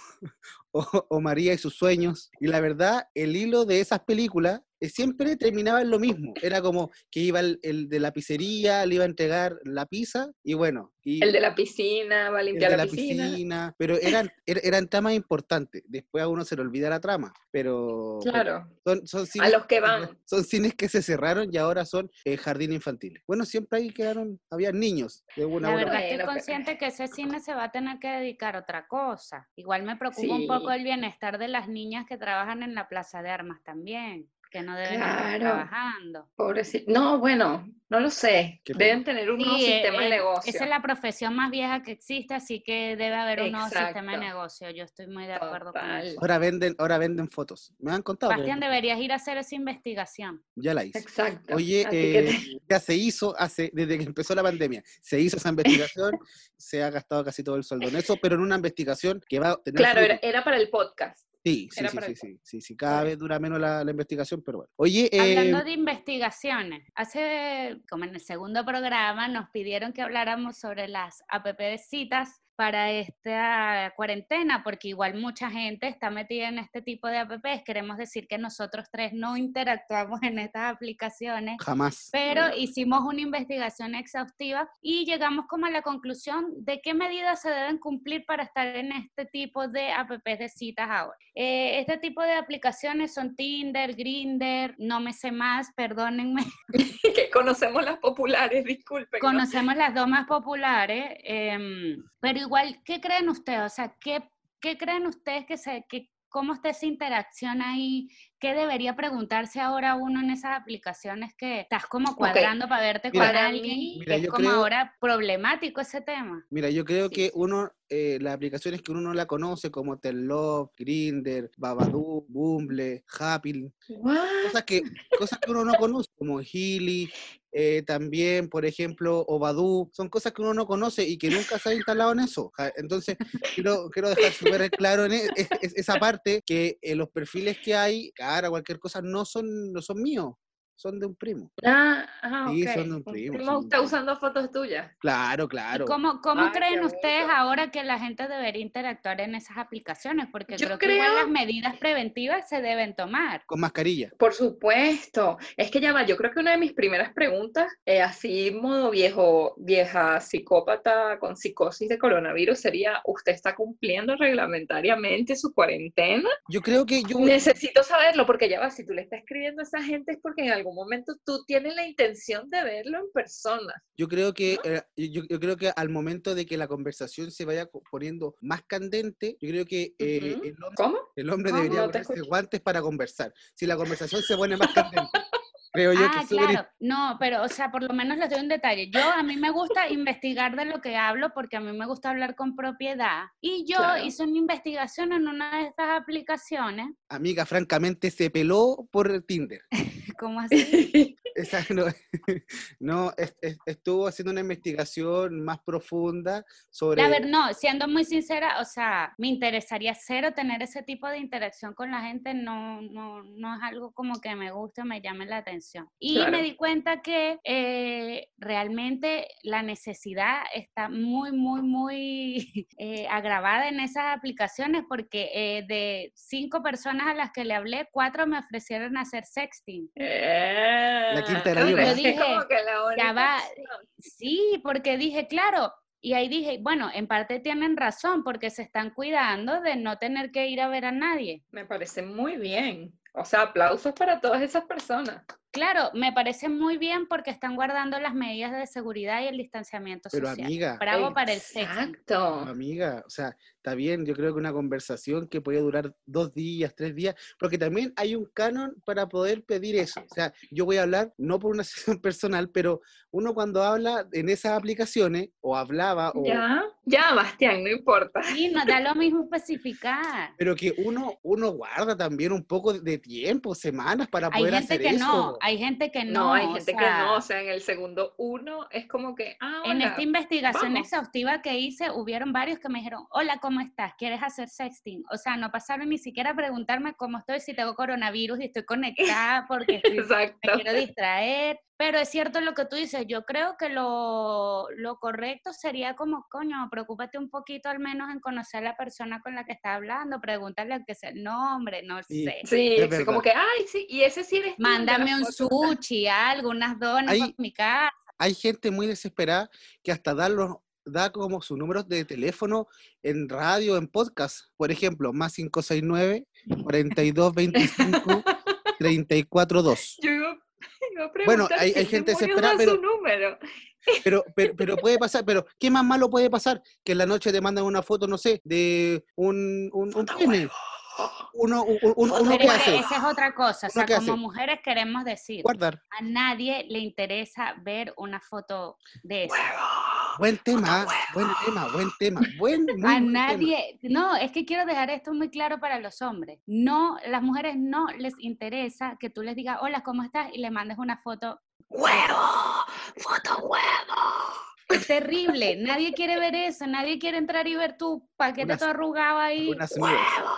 Speaker 1: o, o María y sus sueños. Y la verdad, el hilo de esas películas eh, siempre terminaba en lo mismo. Era como que iba el, el de la pizzería, le iba a entregar la pizza y bueno. Y
Speaker 3: El de la piscina, va a
Speaker 1: el
Speaker 3: limpiar
Speaker 1: de
Speaker 3: la, piscina.
Speaker 1: Pero
Speaker 3: (laughs)
Speaker 1: eran, er- eran tramas importantes. Después a uno se le olvida la trama. Pero pero
Speaker 3: Claro.
Speaker 1: son, son
Speaker 3: A
Speaker 1: cines,
Speaker 3: los que van.
Speaker 1: (laughs) son cines que se cerraron y ahora son eh, jardín infantil. Bueno, siempre ahí quedaron, había niños de una
Speaker 2: La
Speaker 1: u otra
Speaker 2: verdad
Speaker 3: Bueno,
Speaker 2: estoy
Speaker 3: pero-
Speaker 2: consciente que ese cine se va a tener que dedicar a otra cosa. Igual me preocupa un poco
Speaker 3: Sí.
Speaker 2: el bienestar de las niñas que trabajan en la Plaza de Armas también, que no deben estar
Speaker 3: Claro.
Speaker 2: trabajando.
Speaker 3: Pobrecito. No, bueno, no lo sé.
Speaker 1: Qué
Speaker 3: Deben tener un nuevo
Speaker 2: Sí, eh,
Speaker 3: sistema de
Speaker 2: eh,
Speaker 3: negocio.
Speaker 2: Esa es la profesión más vieja que existe, así que debe haber un nuevo sistema de
Speaker 3: Exacto.
Speaker 2: negocio. Yo estoy muy de acuerdo con
Speaker 3: Total.
Speaker 2: eso.
Speaker 1: Ahora venden, ahora venden fotos. Me han contado. pero
Speaker 2: Bastián, deberías ir a hacer esa investigación.
Speaker 1: Ya la hice.
Speaker 3: Exacto.
Speaker 1: Oye,
Speaker 3: Así que
Speaker 1: eh, (laughs)
Speaker 3: te-
Speaker 1: ya se hizo hace, desde que empezó la pandemia, se hizo esa
Speaker 3: (laughs)
Speaker 1: investigación, se ha gastado casi todo el sueldo en eso, pero en una investigación que va a tener.
Speaker 3: claro,
Speaker 1: fruto.
Speaker 3: era, era para el podcast. (laughs)
Speaker 1: sí, sí,
Speaker 3: era
Speaker 1: sí,
Speaker 3: para
Speaker 1: sí,
Speaker 3: el-
Speaker 1: sí, sí, sí, cada vez dura menos la, la investigación, pero bueno. Oye, eh,
Speaker 2: Hablando de investigaciones, hace como en el segundo programa nos pidieron que habláramos sobre las APP de citas para esta cuarentena, porque igual mucha gente está metida en este tipo de APPs. Queremos decir que nosotros tres no interactuamos en estas aplicaciones.
Speaker 1: jamás.
Speaker 2: pero hicimos una investigación exhaustiva y llegamos como a la conclusión de qué medidas se deben cumplir para estar en este tipo de apps de citas ahora. Eh, este tipo de aplicaciones son Tinder, Grinder, no me sé más, perdónenme,
Speaker 3: que conocemos las populares, disculpen. ¿no?
Speaker 2: conocemos las dos más populares, em, pero igual, ¿qué creen ustedes? O sea, ¿qué, qué creen ustedes que se... Que, ¿Cómo está esa interacción ahí? ¿Qué debería preguntarse ahora uno en esas aplicaciones que estás como cuadrando para verte
Speaker 1: Mira,
Speaker 2: con
Speaker 3: para
Speaker 2: alguien?
Speaker 3: mí-
Speaker 1: Mira,
Speaker 2: es
Speaker 1: yo
Speaker 2: como
Speaker 1: creo-
Speaker 2: ahora problemático ese tema.
Speaker 1: Mira, yo creo
Speaker 3: Sí,
Speaker 1: que
Speaker 3: sí.
Speaker 1: uno, eh, las aplicaciones que uno no la conoce, como Telop, Grinder, Babadoo, Bumble, Happy,
Speaker 3: What?
Speaker 1: cosas que, cosas que uno no conoce, como Healy, eh, también, por ejemplo, Ovadú, son cosas que uno no conoce y que nunca se ha instalado en eso. Ja, Entonces, quiero, quiero dejar súper claro en e- es- es- esa parte que eh, los perfiles que hay, cara, cualquier cosa, no son, no son míos. son de un primo.
Speaker 3: Ah, ah,
Speaker 1: Sí,
Speaker 3: ok.
Speaker 1: son de un primo, son
Speaker 3: primo
Speaker 1: de un
Speaker 3: está
Speaker 1: primo.
Speaker 3: usando fotos tuyas.
Speaker 1: Claro,
Speaker 2: ¿Y
Speaker 1: claro.
Speaker 2: ¿Cómo, cómo
Speaker 3: Ay, qué
Speaker 2: creen ustedes
Speaker 3: bonito.
Speaker 2: ahora que la gente debería interactuar en esas aplicaciones? Porque
Speaker 3: Yo
Speaker 2: creo, que igual
Speaker 3: creo-
Speaker 2: las medidas preventivas se deben tomar.
Speaker 1: Con mascarilla.
Speaker 3: Por supuesto. Es que ya va, yo creo que una de mis primeras preguntas, eh, así modo viejo, vieja psicópata con psicosis de coronavirus, sería, ¿usted está cumpliendo reglamentariamente su cuarentena?
Speaker 1: Yo creo que yo...
Speaker 3: Necesito saberlo, porque ya va, si tú le estás escribiendo a esa gente es porque en algún momento tú tienes la intención de verlo en persona.
Speaker 1: Yo creo que eh, yo, yo creo que al momento de que la conversación se vaya co- poniendo más candente, yo creo que eh,
Speaker 3: Ujú.
Speaker 1: el, hombre,
Speaker 3: ¿Cómo?
Speaker 2: (laughs)
Speaker 1: el hombre
Speaker 2: ¿Cómo?
Speaker 1: debería
Speaker 3: No te
Speaker 1: ponerse
Speaker 3: escucho.
Speaker 1: guantes para conversar. Si la conversación se pone más candente, creo yo que
Speaker 2: ah,
Speaker 1: es súper
Speaker 2: claro. No, pero, o sea, por lo menos les doy un detalle. Yo, a mí me gusta investigar de lo que hablo porque a mí me gusta hablar con propiedad. Y yo
Speaker 3: Claro.
Speaker 2: hice una investigación en una de estas aplicaciones.
Speaker 1: Amiga, francamente, se peló por Tinder.
Speaker 2: (laughs) ¿Cómo así?
Speaker 1: Esa (laughs) no, no, es- es- estuvo haciendo una investigación más profunda sobre...
Speaker 2: La ver, no, siendo muy sincera, o sea, me interesaría cero tener ese tipo de interacción con la gente, no, no, no es algo como que me guste o me llame la atención. Y
Speaker 3: Claro.
Speaker 2: me di cuenta que eh, realmente la necesidad está muy, muy, muy (laughs) eh, agravada en esas aplicaciones porque eh, de cinco personas a las que le hablé, cuatro me ofrecieron hacer sexting.
Speaker 3: la
Speaker 1: quinta era viva.
Speaker 3: Eh, Es que
Speaker 2: Yo
Speaker 3: como
Speaker 2: dije,
Speaker 3: que la única
Speaker 2: va,
Speaker 3: opción.
Speaker 2: Sí, porque dije, claro, y ahí dije, bueno, en parte tienen razón porque se están cuidando de no tener que ir a ver a nadie.
Speaker 3: Me parece muy bien. O sea, aplausos para todas esas personas.
Speaker 2: Claro, me parece muy bien porque están guardando las medidas de seguridad y el distanciamiento
Speaker 1: Pero
Speaker 2: social.
Speaker 1: amiga,
Speaker 2: Bravo para el sexo.
Speaker 3: Exacto.
Speaker 1: amiga, o sea, está bien, yo creo que una conversación que puede durar dos días, tres días, porque también hay un canon para poder pedir eso. O sea, yo voy a hablar no por una (laughs) sesión personal, pero uno cuando habla en esas aplicaciones, o hablaba, o...
Speaker 3: Ya, ya, Bastián, no importa.
Speaker 2: Y nos da lo
Speaker 1: (laughs)
Speaker 2: mismo especificar.
Speaker 1: Pero que uno, uno guarda también un poco de tiempo, semanas para
Speaker 2: Hay
Speaker 1: poder
Speaker 2: gente
Speaker 1: hacer
Speaker 2: que
Speaker 1: eso.
Speaker 2: no, hay gente que no.
Speaker 3: No, hay
Speaker 2: o
Speaker 3: gente que
Speaker 2: sea,
Speaker 3: no, o sea, en el segundo uno es como que, ah,
Speaker 2: En este
Speaker 3: hola.
Speaker 2: esta investigación
Speaker 3: vamos.
Speaker 2: exhaustiva que hice, hubieron varios que me dijeron, hola, ¿cómo estás? ¿Quieres hacer sexting? O sea, no pasaron ni siquiera a preguntarme cómo estoy, si tengo coronavirus y estoy conectada porque estoy-
Speaker 3: (laughs) (laughs)
Speaker 2: me
Speaker 3: Exacto.
Speaker 2: quiero distraer. Pero es cierto lo que tú dices, yo creo que lo, lo correcto sería como, coño, preocúpate un poquito al menos en conocer a la persona con la que estás hablando, pregúntale aunque sea el nombre, no
Speaker 1: Sí.
Speaker 2: sé.
Speaker 3: Sí,
Speaker 1: Es
Speaker 3: es
Speaker 1: verdad.
Speaker 3: como que, ay, sí, y ese sí eres tú, pues. el de la
Speaker 2: Mándame un
Speaker 3: foto.
Speaker 2: sushi, algo, unas donas
Speaker 1: Hay-
Speaker 2: para mi casa.
Speaker 1: hay gente muy desesperada que hasta da, los- da como sus números de teléfono en radio, en podcast. Por ejemplo, más
Speaker 2: (laughs)
Speaker 1: 569 4225 342.
Speaker 3: (laughs) Yo iba, iba a preguntar
Speaker 1: Bueno, hay-
Speaker 3: si
Speaker 1: hay
Speaker 3: el
Speaker 1: gente
Speaker 3: demonio
Speaker 1: desesperada,
Speaker 3: da
Speaker 1: pero-
Speaker 3: su número.
Speaker 1: Pero, pero, pero puede pasar, pero ¿qué más malo puede pasar? Que en la noche te mandan una foto, no sé, de un, un, un pene. Uno, un- un- uno
Speaker 2: Pero
Speaker 1: que
Speaker 2: es que
Speaker 1: hace,
Speaker 2: esa es otra cosa, o
Speaker 1: ¿Uno
Speaker 2: sea,
Speaker 1: qué
Speaker 2: como
Speaker 1: hace?
Speaker 2: mujeres queremos decir,
Speaker 1: guardar.
Speaker 2: a nadie le interesa ver una foto de eso.
Speaker 3: Huevo.
Speaker 1: Buen tema, buen tema, buen
Speaker 2: (laughs)
Speaker 1: tema, buen, muy
Speaker 2: A
Speaker 1: buen tema.
Speaker 2: nadie, no, es que quiero dejar esto muy claro para los hombres. No, las mujeres no les interesa que tú les digas, hola, ¿cómo estás? Y le mandes una foto.
Speaker 3: Huevo. Foto huevo.
Speaker 2: Es terrible, nadie quiere ver eso, nadie quiere entrar y ver tu paquete
Speaker 1: Unas-
Speaker 2: todo arrugado ahí.
Speaker 1: Algunas nudes.
Speaker 3: Huevo.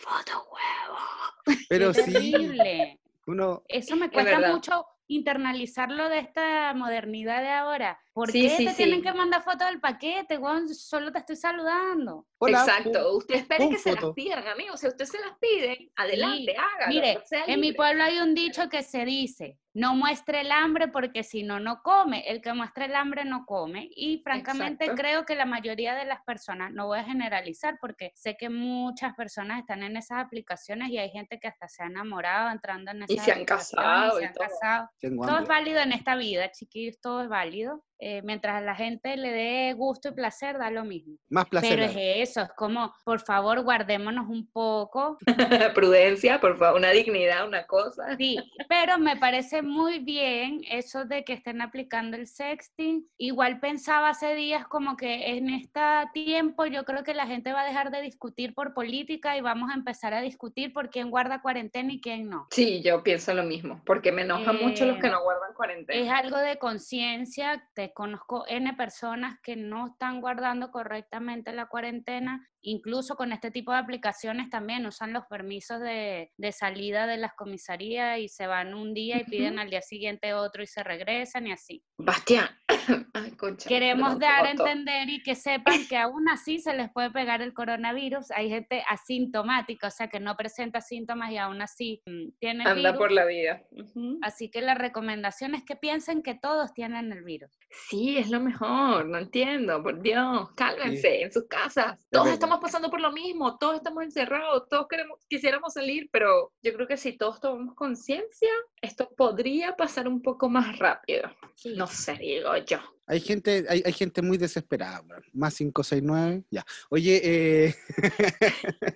Speaker 3: Foto huevo.
Speaker 2: (laughs)
Speaker 1: Pero
Speaker 2: Qué
Speaker 1: sí,
Speaker 2: terrible.
Speaker 1: uno,
Speaker 2: Eso me
Speaker 3: Es
Speaker 2: cuesta
Speaker 3: verdad.
Speaker 2: mucho internalizarlo de esta modernidad de ahora. ¿Por
Speaker 3: Sí,
Speaker 2: qué
Speaker 3: sí,
Speaker 2: te tienen
Speaker 3: sí.
Speaker 2: que mandar fotos del paquete, weón? Solo te estoy saludando.
Speaker 1: hola,
Speaker 3: Exacto, usted espere
Speaker 1: pon
Speaker 3: que se
Speaker 1: foto.
Speaker 3: las pidan, amigo. Si usted se las pide, adelante, hágalo.
Speaker 2: Mire,
Speaker 3: sea
Speaker 2: en mi
Speaker 3: libre.
Speaker 2: pueblo hay un dicho que se dice, no muestre el hambre porque si no, no come. El que muestra el hambre no come. Y francamente
Speaker 3: Exacto.
Speaker 2: creo que la mayoría de las personas, no voy a generalizar porque sé que muchas personas están en esas aplicaciones y hay gente que hasta se ha enamorado entrando en esas
Speaker 3: se han
Speaker 2: aplicaciones,
Speaker 3: casado
Speaker 2: se
Speaker 3: y
Speaker 2: han
Speaker 3: todo.
Speaker 2: casado.
Speaker 1: Tengo
Speaker 2: Todo es
Speaker 1: hambre.
Speaker 2: válido en esta vida, chiquillos, todo es válido. Eh, mientras a la gente le dé gusto y placer, da lo mismo.
Speaker 1: Más placer.
Speaker 2: Pero
Speaker 1: la
Speaker 2: es eso, es como, por favor, guardémonos un poco.
Speaker 3: (laughs) Prudencia, por favor, una dignidad, una cosa.
Speaker 2: Sí, pero me parece muy bien eso de que estén aplicando el sexting. Igual pensaba hace días como que en este tiempo yo creo que la gente va a dejar de discutir por política y vamos a empezar a discutir por quién guarda cuarentena y quién no.
Speaker 3: Sí, yo pienso lo mismo, porque me enojan mucho los que
Speaker 2: Eh,
Speaker 3: no guardan
Speaker 2: Es
Speaker 3: cuarentena.
Speaker 2: algo de conciencia, te eh, conozco N personas que no están guardando correctamente la cuarentena, incluso con este tipo de aplicaciones también usan los permisos de, de salida de las comisarías y se van un día y piden al día siguiente otro y se regresan y así.
Speaker 3: Bastián. (coughs) Ay, concha,
Speaker 2: Queremos
Speaker 3: perdón,
Speaker 2: dar a
Speaker 3: te boto.
Speaker 2: entender y que sepan que aún así se les puede pegar el coronavirus. Hay gente asintomática, o sea, que no presenta síntomas y aún así mm, tiene el
Speaker 3: Anda
Speaker 2: virus.
Speaker 3: por la vida. Ujú.
Speaker 2: Así que la recomendación es que piensen que todos tienen el virus.
Speaker 3: Sí, es lo mejor, no entiendo, por Dios, cálmense en sus casas. Todos
Speaker 1: verdad.
Speaker 3: estamos pasando por lo mismo, todos estamos encerrados, todos queremos, quisiéramos salir, pero yo creo que si todos tomamos conciencia, esto podría pasar un poco más rápido. No sé, digo yo.
Speaker 1: Hay gente, hay, hay gente muy desesperada, weón. Más 569, ya. Oye, eh... (laughs)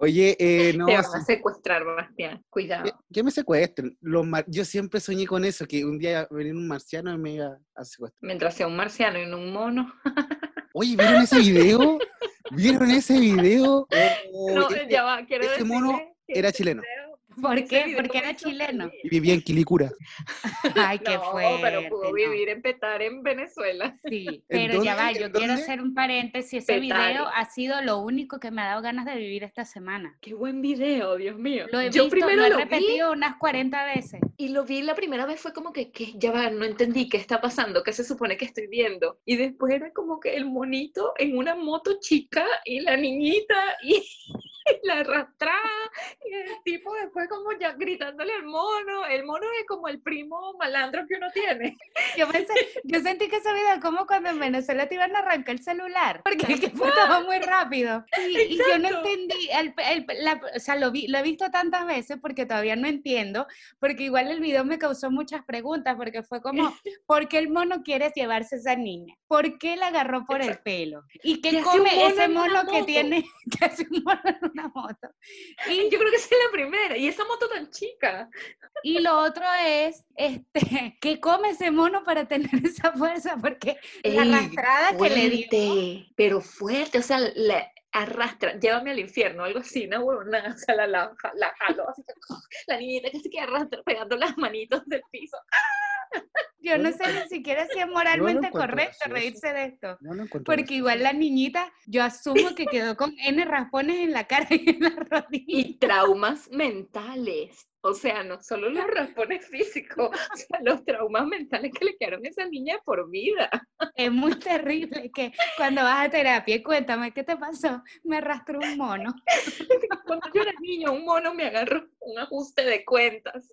Speaker 1: Oye, eh, no,
Speaker 3: Te van
Speaker 1: sí. Eh.
Speaker 3: a secuestrar, Bastián,
Speaker 1: Que,
Speaker 3: cuidado.
Speaker 1: que me secuestren. Los mar- Yo siempre soñé con eso, que un día venía un marciano y me iba a secuestrar.
Speaker 3: Mientras sea un marciano y no un mono.
Speaker 1: Oye, ¿vieron ese video? ¿Vieron ese video? Oh,
Speaker 3: (laughs) no,
Speaker 1: ese-
Speaker 3: ya va, quiero
Speaker 1: ese este mono
Speaker 3: decirle que
Speaker 1: era
Speaker 3: ese
Speaker 1: chileno.
Speaker 3: video- (laughs)
Speaker 2: ¿Por
Speaker 3: ese
Speaker 2: qué?
Speaker 3: video me
Speaker 2: Porque era
Speaker 3: hizo (laughs)
Speaker 2: chileno.
Speaker 3: feliz.
Speaker 1: y vivía en Quilicura.
Speaker 2: Ay, qué
Speaker 3: no,
Speaker 2: fuerte.
Speaker 3: pero pudo
Speaker 2: no.
Speaker 3: vivir en Petar, en Venezuela. (laughs)
Speaker 2: Sí,
Speaker 1: ¿En
Speaker 2: pero ya
Speaker 1: dónde?
Speaker 2: va,
Speaker 1: ¿En
Speaker 2: yo quiero
Speaker 1: dónde?
Speaker 2: hacer un paréntesis. Ese
Speaker 3: Petare.
Speaker 2: video ha sido lo único que me ha dado ganas de vivir esta semana.
Speaker 3: Qué buen video, Dios mío.
Speaker 2: Lo he
Speaker 3: Yo
Speaker 2: visto,
Speaker 3: primero
Speaker 2: lo he
Speaker 3: lo vi
Speaker 2: repetido unas 40 veces.
Speaker 3: y lo vi la primera vez fue como que, ¿qué? ya va, no entendí qué está pasando, qué se supone que estoy viendo. Y después era como que el monito en una moto chica y la niñita y (laughs) la arrastrada y el tipo después como ya gritándole al mono. El mono es como el primo malandro que uno tiene. (laughs)
Speaker 2: Yo, pensé, yo sentí que ese video es como cuando en Venezuela te iban a arrancar el celular, porque es que fue todo muy rápido. Y, y yo no
Speaker 3: Exacto.
Speaker 2: entendí, el- el- la- o sea, lo, vi, lo he visto tantas veces porque todavía no entiendo, porque igual el video me causó muchas preguntas, porque fue
Speaker 3: (laughs)
Speaker 2: como, ¿por qué el mono quiere llevarse a esa niña? ¿Por qué la agarró por el
Speaker 3: Exacto.
Speaker 2: pelo? ¿Y
Speaker 3: ¿Qué
Speaker 2: qué
Speaker 3: hace un
Speaker 2: come
Speaker 3: mono
Speaker 2: ese
Speaker 3: en una
Speaker 2: mono que
Speaker 3: moto?
Speaker 2: tiene, (laughs) que hace un mono en una moto?
Speaker 3: Y yo creo que esa es la primera. Y esa moto tan chica.
Speaker 2: Y lo otro es, este, ¿qué come ese mono para tener (laughs) esa fuerza? Porque la
Speaker 3: Ey,
Speaker 2: arrastrada que le dio.
Speaker 3: fuerte, pero fuerte, o sea, la arrastra, llévame al infierno, algo así, una huevonada, o sea, la, la, la jaló, así, (laughs) la niñita que se queda arrastra, pegando las manitos del piso.
Speaker 2: Yo no
Speaker 1: Bueno,
Speaker 2: sé ni siquiera si es moralmente
Speaker 1: encuentro
Speaker 2: correcto
Speaker 1: gracioso.
Speaker 2: reírse de esto.
Speaker 1: No lo encuentro.
Speaker 2: Porque igual la niñita, yo asumo que quedó con N raspones en la cara (laughs) y en la rodilla.
Speaker 3: Y traumas mentales, o sea, no solo los raspones físicos, (laughs) o sea, los traumas mentales que le quedaron a esa niña por vida.
Speaker 2: Es muy terrible que cuando vas a terapia y cuéntame qué te pasó, me arrastró un mono.
Speaker 3: Cuando yo era niño, un mono me agarró un ajuste de cuentas.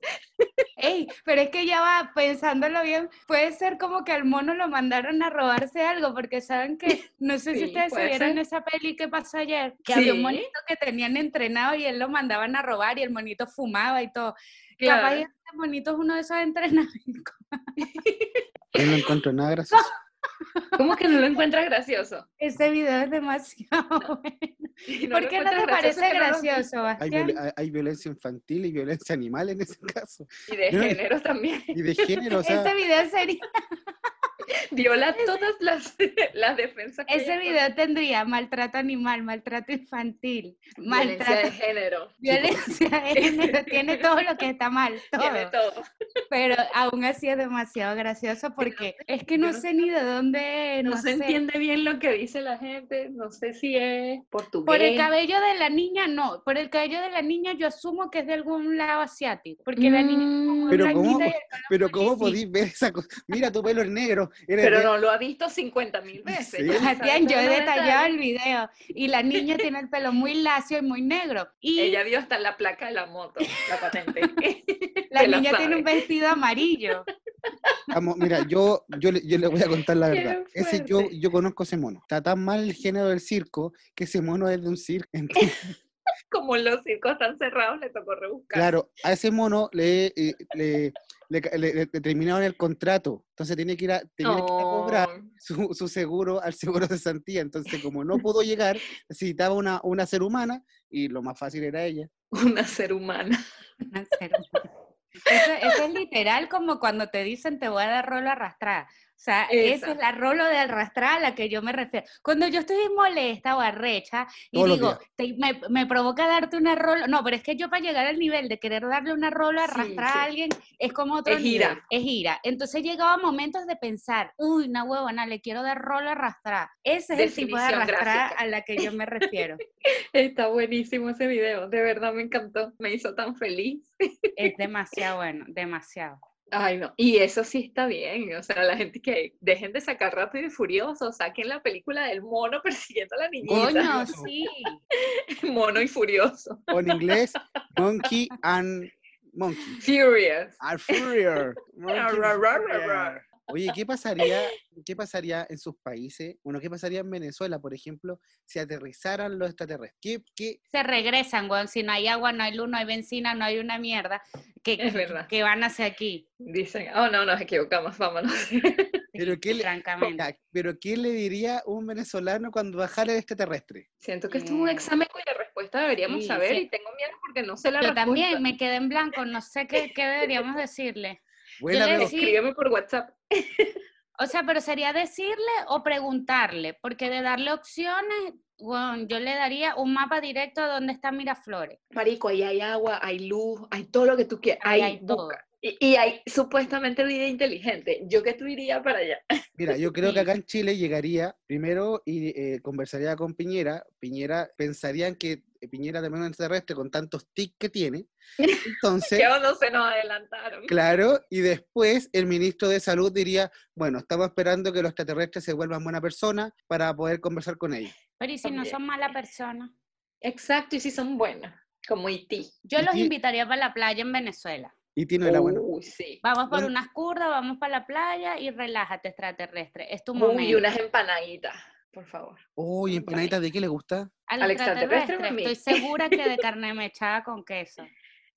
Speaker 2: Ey, pero es que ya va pensándolo bien, puede ser como que al mono lo mandaron a robarse algo, porque saben que, no sé
Speaker 3: Sí,
Speaker 2: si ustedes se
Speaker 3: puede
Speaker 2: vieron
Speaker 3: ser.
Speaker 2: esa peli que pasó ayer, que había
Speaker 3: Sí.
Speaker 2: un monito que tenían entrenado y él lo mandaban a robar y el monito fumaba y todo. Capaz y
Speaker 3: Claro.
Speaker 2: este monito es uno de esos entrenamientos.
Speaker 1: Yo no encuentro nada gracioso.
Speaker 3: ¿Cómo que no lo encuentras
Speaker 2: (laughs)
Speaker 3: gracioso?
Speaker 2: (laughs) Ese video es demasiado bueno.
Speaker 3: Si
Speaker 2: ¿Por
Speaker 3: lo
Speaker 2: qué no
Speaker 3: encuentras gracioso,
Speaker 2: te parece
Speaker 3: es que no lo has
Speaker 2: gracioso,
Speaker 1: Hay,
Speaker 2: Bastián?
Speaker 1: viol- hay- hay violencia infantil y violencia animal en ese (laughs) caso.
Speaker 3: Y de
Speaker 1: Yo no-
Speaker 3: género también.
Speaker 1: Y de género, o sea,
Speaker 2: (laughs) Ese video (laughs) sería
Speaker 3: Viola todas las, (laughs) las defensas. que
Speaker 2: Ese
Speaker 3: hay
Speaker 2: video tendría maltrato animal, maltrato infantil,
Speaker 3: en contra- Violencia de
Speaker 2: maltrato
Speaker 3: género.
Speaker 2: (laughs) Violencia de género tiene todo lo que está (laughs) mal,
Speaker 3: Tiene
Speaker 2: todo.
Speaker 3: todo.
Speaker 2: Pero aún así es demasiado gracioso porque es que
Speaker 3: yo
Speaker 2: no
Speaker 3: no
Speaker 2: sé ni de dónde,
Speaker 3: No,
Speaker 2: no
Speaker 3: se
Speaker 2: sé.
Speaker 3: entiende bien lo que dice la gente. No sé si es portugués.
Speaker 2: Por el cabello de la niña, no. Por el cabello de la niña yo asumo que es de algún lado asiático. Porque la niña es como
Speaker 3: Mm,
Speaker 1: Pero
Speaker 2: blanquita
Speaker 1: ¿cómo?
Speaker 2: y el pelo
Speaker 1: pero ¿cómo
Speaker 2: Sí.
Speaker 1: podís ver esa cosa? Mira, tu pelo es negro. Eres
Speaker 3: Pero
Speaker 1: de-
Speaker 3: no lo ha visto 50 mil veces.
Speaker 1: Sí.
Speaker 3: ya
Speaker 2: (laughs)
Speaker 3: lo sabe
Speaker 2: Sebastián, Ah, yo he
Speaker 3: todos los
Speaker 2: detallado
Speaker 3: detalles.
Speaker 2: el video y la niña tiene el pelo muy lacio y muy negro. Y
Speaker 3: Ella vio hasta la placa de la moto, la
Speaker 2: (laughs)
Speaker 3: patente. (laughs)
Speaker 2: la
Speaker 3: se la
Speaker 2: niña tiene un
Speaker 3: sabe.
Speaker 2: vestido amarillo.
Speaker 1: Vamos, mira, yo, yo, le, yo le voy a contar
Speaker 2: (laughs)
Speaker 1: la
Speaker 3: Qué
Speaker 1: verdad. Ese, yo,
Speaker 3: fuerte.
Speaker 1: yo conozco ese mono. Está tan mal el género del circo que ese mono es de un circo.
Speaker 2: (laughs)
Speaker 1: Entonces,
Speaker 3: Como los circos están cerrados, le tocó rebuscar.
Speaker 1: Claro, a ese mono le, eh, le, le ca- le- le- le terminaron el contrato, entonces tiene que ir a, tenía que ir a cobrar
Speaker 3: No.
Speaker 1: su, su seguro al seguro de Santía. Entonces, como no pudo llegar, necesitaba una, una ser humana y lo más fácil era ella.
Speaker 3: Una ser humana. (laughs)
Speaker 2: Una ser humana. Eso, eso es literal como cuando te dicen te voy a dar rolo arrastrada. sea, esa es la rolo de arrastrar a la que yo me refiero. Cuando yo estoy molesta o arrecha y
Speaker 1: Todos los
Speaker 2: digo,
Speaker 1: días.
Speaker 2: te- me, me provoca darte una rolo, no, pero es que yo para llegar al nivel de querer darle una rolo,
Speaker 3: Sí,
Speaker 2: arrastrar
Speaker 3: sí.
Speaker 2: a alguien, es como otro
Speaker 3: Es
Speaker 2: nivel,
Speaker 3: ira.
Speaker 2: es ira. Entonces llegaba momentos de pensar, uy, una huevona, le quiero dar rolo, arrastrar. Ese es el tipo de
Speaker 3: Definición
Speaker 2: arrastrar
Speaker 3: gráfica.
Speaker 2: a la que yo me refiero.
Speaker 3: Está buenísimo ese video, de verdad me encantó, me hizo tan feliz.
Speaker 2: es demasiado bueno, demasiado.
Speaker 3: Ay, no, y eso sí está bien, o sea, la gente que dejen de sacar rápido y furioso, saquen la película del mono (laughs) persiguiendo a la niñita,
Speaker 2: Coño,
Speaker 1: Dios.
Speaker 2: sí.
Speaker 3: (laughs) mono y furioso,
Speaker 1: O en inglés, Monkey and Monkey.
Speaker 3: furious.
Speaker 1: Are furious. Monkey and
Speaker 3: Ra, ra, ra,
Speaker 1: furious.
Speaker 3: ra.
Speaker 1: Oye, ¿qué pasaría, ¿qué pasaría en sus países? Bueno, ¿qué pasaría en Venezuela, por ejemplo, si aterrizaran los extraterrestres? ¿Qué, qué,
Speaker 2: Se regresan, weón. Si no hay agua, no hay luz, no hay benzina, no hay una mierda. ¿Qué,
Speaker 3: Es verdad.
Speaker 2: qué van hacia aquí?
Speaker 3: Dicen, oh no, nos equivocamos, vámonos. (laughs)
Speaker 1: pero, qué le,
Speaker 2: Francamente.
Speaker 1: ya, pero qué le diría un venezolano cuando bajara el extraterrestre?
Speaker 3: Siento que esto es un
Speaker 2: Mm.
Speaker 3: examen cuya respuesta deberíamos
Speaker 2: Sí,
Speaker 3: saber
Speaker 2: sí.
Speaker 3: y tengo miedo porque no sé la
Speaker 2: Yo
Speaker 3: respuesta.
Speaker 2: también me quedé en blanco, no sé qué, qué deberíamos decirle.
Speaker 1: Buena,
Speaker 2: le
Speaker 1: pero-
Speaker 2: decía-
Speaker 3: Escríbeme por WhatsApp.
Speaker 2: O sea, pero sería decirle o preguntarle, porque de darle opciones, weón, yo le daría un mapa directo de dónde está Miraflores.
Speaker 3: Marico, ahí hay agua, hay luz, hay todo lo que tú quieras.
Speaker 2: Ahí
Speaker 3: Ahí
Speaker 2: hay todo.
Speaker 3: busca. Y, y hay supuestamente vida inteligente. ¿Yo que tú iría para allá?
Speaker 1: Mira, yo creo que
Speaker 2: Sí.
Speaker 1: acá en Chile llegaría primero y eh, conversaría con Piñera. Piñera, pensarían que eh, Piñera también es un extraterrestre con tantos tics que
Speaker 3: (laughs)
Speaker 1: tiene. Entonces,
Speaker 3: (laughs) Ya no se nos adelantaron.
Speaker 1: claro, y después el ministro de Salud diría, bueno, estamos esperando que los extraterrestres se vuelvan buena persona para poder conversar con ellos.
Speaker 2: Pero ¿y si no
Speaker 3: También.
Speaker 2: son mala persona?
Speaker 3: Exacto, y si son buenas, como E Iti.
Speaker 2: Yo los
Speaker 1: Y-
Speaker 2: invitaría para la playa en Venezuela.
Speaker 1: Y tiene la buena.
Speaker 3: Uy, sí.
Speaker 2: Vamos por
Speaker 1: Bueno.
Speaker 2: unas curvas, vamos para la playa y relájate, extraterrestre. Es tu momento.
Speaker 3: Uy, unas empanaditas, por favor.
Speaker 1: Uy, empanaditas, ¿de qué le gusta?
Speaker 2: Al
Speaker 3: al
Speaker 2: extraterrestre,
Speaker 3: extraterrestre o a mí.
Speaker 2: estoy segura que de carne mechada
Speaker 3: (laughs)
Speaker 2: con queso.
Speaker 1: O